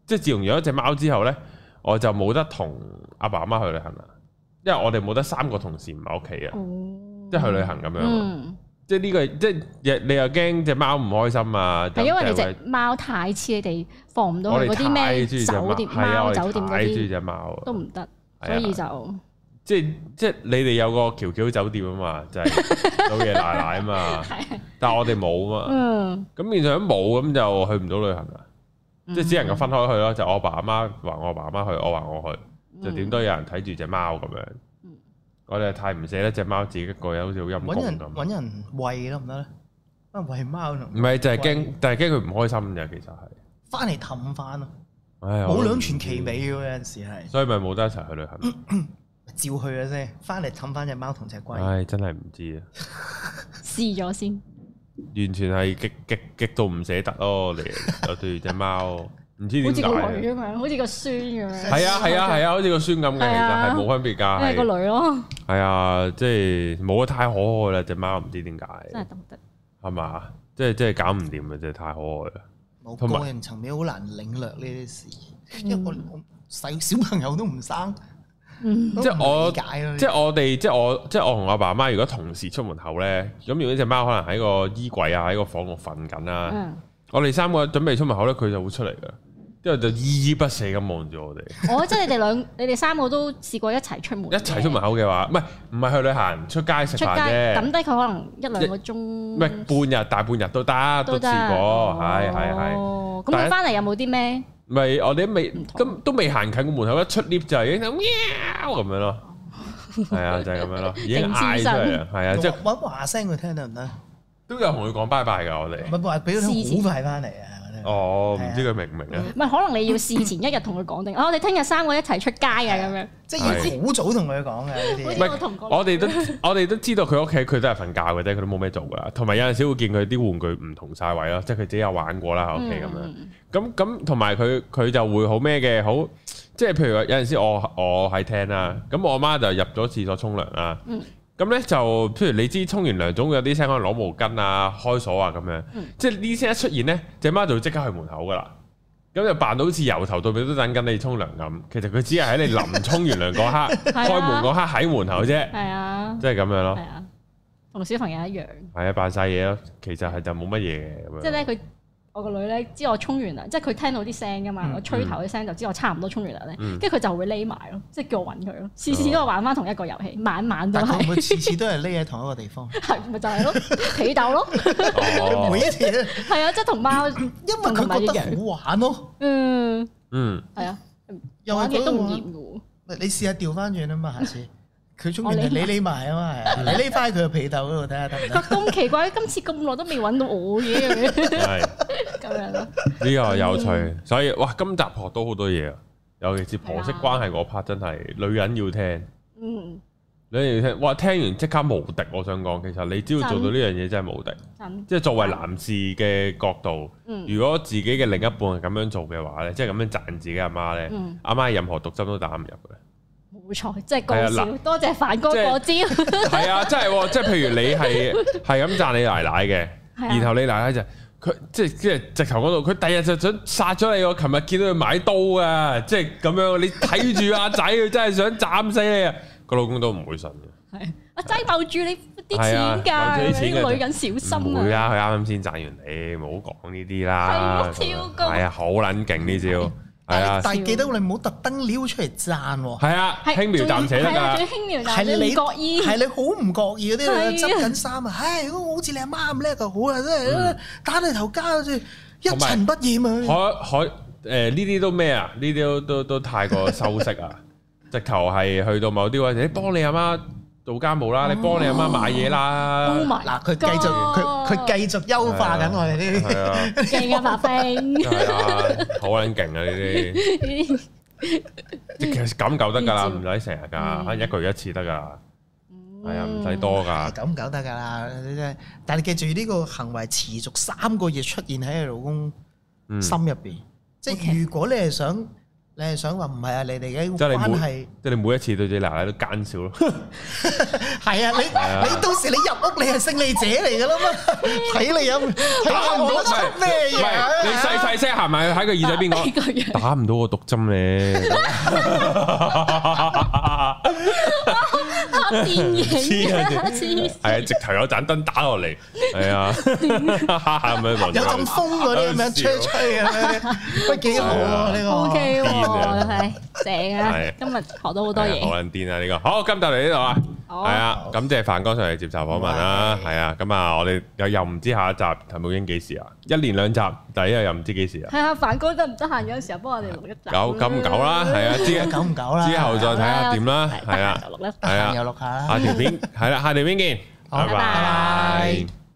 A: 即係自從養咗只貓之後呢，我就冇得同阿爸阿媽去旅行啦，因為我哋冇得三個同事唔喺屋企啊，
B: 哦，
A: 即係去旅行咁樣。
B: 嗯，
A: 即係呢、個即係你又驚只貓唔開心啊？
B: 係因為你
A: 就係
B: 只貓太黐你哋，放唔到
A: 我
B: 去
A: 哋
B: 嗰啲
A: 太
B: 咩
A: 中意只
B: 酒店
A: 貓係啊
B: 貓
A: 我哋
B: 酒店嗰
A: 太中意
B: 啲
A: 只貓啊，
B: 都唔得，
A: 係
B: 所
A: 啊
B: 以就
A: 即係即係你哋有個喬喬酒店啊嘛，就係、 老爺奶奶啊嘛，但係我哋冇 啊嘛。
B: 嗯，
A: 咁變相冇咁就去唔到旅行啦，啊即係只能夠分開去咯。就我爸阿媽話我爸阿媽去，我話我去，就點都有人睇住只貓咁樣
B: 嗯。
A: 我哋太唔捨得只貓自己一個人，好似好陰
C: 揾人
A: 公咁。
C: 揾人餵得唔得咧？啊餵貓咯
A: 唔，係就係驚，但係驚佢唔開心啫。其實係，
C: 翻嚟氹翻咯，
A: 唉，
C: 冇
A: 我都唔
C: 兩
A: 知
C: 全其，美嗯嘅喎有陣時係，
A: 所以咪冇得一齊去旅行。
C: 照去嘅啫，翻嚟氹翻只貓同只龜，
A: 唉，真係唔知啊，
B: 試咗先，
A: 完全係激激激到唔捨得咯。你就對住只貓，唔知
B: 好
A: 點
B: 似
A: 解
B: 個
A: 啊。
B: 女咁樣，好似個孫咁樣，
A: 係啊 係啊係啊，好似個孫咁嘅，其
B: 係
A: 實
B: 啊
A: 係冇分別㗎。
B: 因為
A: 係
B: 個女咯，
A: 係啊，即係冇得太可愛啦，只貓唔知點解，
B: 真係得唔得？
A: 係嘛？即係即係搞唔掂啊！真係太可愛啦。
C: 我
A: 同埋
C: 個人層面好難領略呢啲事，因為我我細小朋友都唔生，
B: 嗯
C: 都
A: 即係我
C: 唔理解咯呢啲
A: 即係我哋，即係我，即係我同我爸媽，如果同時出門口咧，咁如果只貓可能喺個衣櫃啊，喺個房度瞓緊啦，
B: 嗯，
A: 我哋三個準備出門口咧，佢就會出嚟噶，之後就依依不捨咁望住我哋。
B: 我即係你哋兩， 你哋三個都試過一齊出門嘅，
A: 一齊出門口嘅話，唔係唔係去旅行，出街食
B: 出街
A: 飯啫
B: 抌，低佢可能一兩個
A: 唔
B: 鐘，
A: 係半日大半日都得，都
B: 都得，啊
A: 試過，係係係。
B: 哦咁
A: 但係
B: 佢翻嚟有冇啲咩？
A: 咪我哋都未
B: 唔同
A: 咁都未行近個門口，一出 lift 就已經咁喵咁樣咯，係啊，就係咁樣咯，已經嗌出嚟啦，係 啊，即係
C: 我我話聲佢聽得唔得？
A: 都有同佢講拜拜㗎，我哋。
C: 唔係話俾
B: 試
C: 佢
B: 前
C: 聽好快翻嚟啊！我覺得
A: 哦，
C: 係
A: 唔
C: 啊
A: 知佢明唔明啊？
B: 唔係，可能你要事前一日同佢 講定，啊，我哋聽日三個一齊出街啊，咁樣。
C: 即係要好早同佢講嘅呢啲
B: 好
A: 唔
B: 似
C: 嘢。
B: 我同過
A: 係，我哋都我哋都知道佢屋企佢都係瞓覺嘅啫，佢都冇咩做㗎啦。同埋有陣時會見佢啲玩具唔同晒位咯，即係佢自己有玩過啦喺屋企咁樣。
B: 嗯
A: 咁咁同埋佢佢就會好咩嘅，好即係譬如話有陣時我我喺廳啦，咁我媽就入咗廁所沖涼啦。
B: 嗯
A: 咁咧就譬如你知沖完涼總會有啲聲可能攞毛巾啊、開鎖啊咁樣，
B: 嗯
A: 即係呢聲一出現咧，只媽就會即刻去門口噶啦。咁就扮到好似由頭到尾都等緊你沖涼咁，其實佢只係喺你臨沖完涼嗰刻
B: 係啊
A: 開門嗰刻喺門口啫，
B: 係啊，
A: 即係咁樣咯
B: 係。啊，同小朋友一樣，
A: 係啊，扮晒嘢咯，其實係就冇乜嘢嘅咁樣。
B: 即係咧佢。我個女咧知我沖完涼，即係佢聽到啲聲噶嘛
C: 嗯，
B: 我吹頭啲聲就知我差唔多沖完涼咧
A: 嗯，哦
B: 跟住佢就會匿埋咯，即係叫我揾佢咯，次次都係玩翻同一個遊戲，晚晚都
C: 但佢會唔
B: 係，
C: 會次次都係匿喺同一個地方？
B: 係咪就係咯，被鬥咯，
A: 哦
C: 每一次都，
B: 係啊，即係同貓，
C: 因為佢覺得好玩咯，
B: 嗯，
A: 嗯，
B: 係啊，
C: 又
B: 玩
C: 係
B: 極都
C: 覺得
B: 唔
C: 好玩
B: 厭。嘅
C: 喂你試下調翻轉啊嘛，下次佢中
B: 我
C: 意你
B: 匿埋
C: 匿埋啊嘛，係
A: 嗯
C: 啊，你匿翻佢嘅被竇嗰度睇下得唔
B: 喎，
C: 得？
B: 咁奇怪，今次咁耐都未揾到我嘅，
A: 係呢
B: 咁樣咯。
A: 個有
B: 嗯
A: 趣，所以哇，今集學到好多嘢啊，尤其是婆媳關係嗰 part 真係女人要聽。
B: 嗯，
A: 你哋聽，哇！聽完即刻無敵，我想講，其實你只要做到呢樣嘢真係無敵。
B: 真，
A: 即係作為男士嘅角度，
B: 嗯
A: 如果自己嘅另一半係咁樣做嘅話咧，即係咁樣讚自己阿媽咧
B: 嗯，
A: 阿媽任何毒針都打唔入嘅。
B: 冇錯，即係
A: 係啊
B: 講
A: 嗱
B: 笑，多謝凡哥嗰招，
A: 係啊，真係喎，即係譬如你係 係咁讚你奶奶嘅，
B: 係啊
A: 然後你奶奶就佢即係即係直頭嗰度，佢第日就想殺咗你喎。我琴日見到佢買刀啊，即係咁樣，你睇住阿仔，佢真係想斬死你啊！個老公都唔會信嘅，
B: 係啊，擠爆住你啲
A: 係啊
B: 錢
A: 留
B: 㗎，
A: 住啲
B: 你
A: 錢㗎
B: 女人小心
A: 唔
B: 啊
A: 會！啦，佢啱啱先賺完你，唔好講呢啲
B: 係
A: 啦
B: 啊，超高
A: 係啊，好撚勁呢招，係啊，
C: 但係記得你唔好特登撩出嚟讚喎，
A: 係啊，
B: 係
A: 輕描淡寫得
B: 係
A: 㗎
B: 啊仲。要輕描
C: 係
B: 淡寫，
C: 你
B: 唔覺意
C: 係你好唔覺意嗰
B: 係啊
C: 啲，執緊衫啊，唉，如果好似你阿媽咁叻就好啊，真係打你頭家好似一塵不染啊！
A: 可可誒呢啲都咩啊？呢啲都都都太過修飾 啊！直頭係去到某啲位，你幫你阿媽做家務
C: 哦
A: 啦，你幫你阿媽買嘢啦，
B: ，Oh my
C: 啊嗱，佢繼續佢
B: God
C: 佢繼續優化緊我哋呢啲
A: 係啊，
B: 勁啊， 白冰
A: 真係啊，好撚勁啊！呢 啲即係其實咁夠得㗎啦，唔使成日
C: 嗯
A: 㗎，可能一個月一次得㗎，係啊，
C: 哦
A: 唔使多㗎，
C: 咁搞得㗎啦，你真係但係你記住呢個行為持續三個月出現喺你老公
A: 嗯，即
C: 心入邊，即係
B: OK
C: 如果你係想你係想話唔係啊，你哋嘅
A: 係你
C: 關
A: 每
B: 嗯
C: 係。
A: 即係你每一次對自己奶奶都奸笑 咯，
C: 係啊，你
A: 啊
C: 你到時你入屋你係勝利者嚟噶啦嘛，
B: 嗯
C: 睇你有睇你唔到
A: 唔
C: 出咩
A: 係
C: 嘢啊
A: 你細細聲行埋喺個耳仔邊 講。
B: 呢個樣
A: 打唔到我毒針咧，
B: 拍 電影啊，
A: 黐
B: 黐
A: 係啊，直頭有盞燈打落嚟，係啊，係咪黃
C: 有陣
A: 咗？
C: 風嗰啲咁樣吹吹啊，喂幾好啊呢個
B: O K
A: 癲
B: 喎，
A: 啊
B: 係正
A: 係
B: 啊！今日學到好多
A: 係啊好
B: 嘢，
A: 撚癲啊！呢個好，今集嚟呢度啊，
B: 好
A: 係啊，感謝范哥上嚟接受訪問啦，
C: 係
A: 係啊，咁啊，我哋又又唔知下一集譚玉英幾時啊？一連兩集，第一日又唔知幾時啊
B: 睇？下凡哥得唔得閒有時候幫我哋錄一集，
A: 久久唔久啦，係啊，之
C: 久唔久啦，
A: 之後再睇下點啦，係
B: 係
A: 啊，
B: 就錄啦。
A: 係
C: 得閒
A: 啊，
C: 又錄下啦 Ờ,
A: 下。條片係啦，下條片見，
C: 好
A: 拜
B: 拜
A: 拜
C: 拜。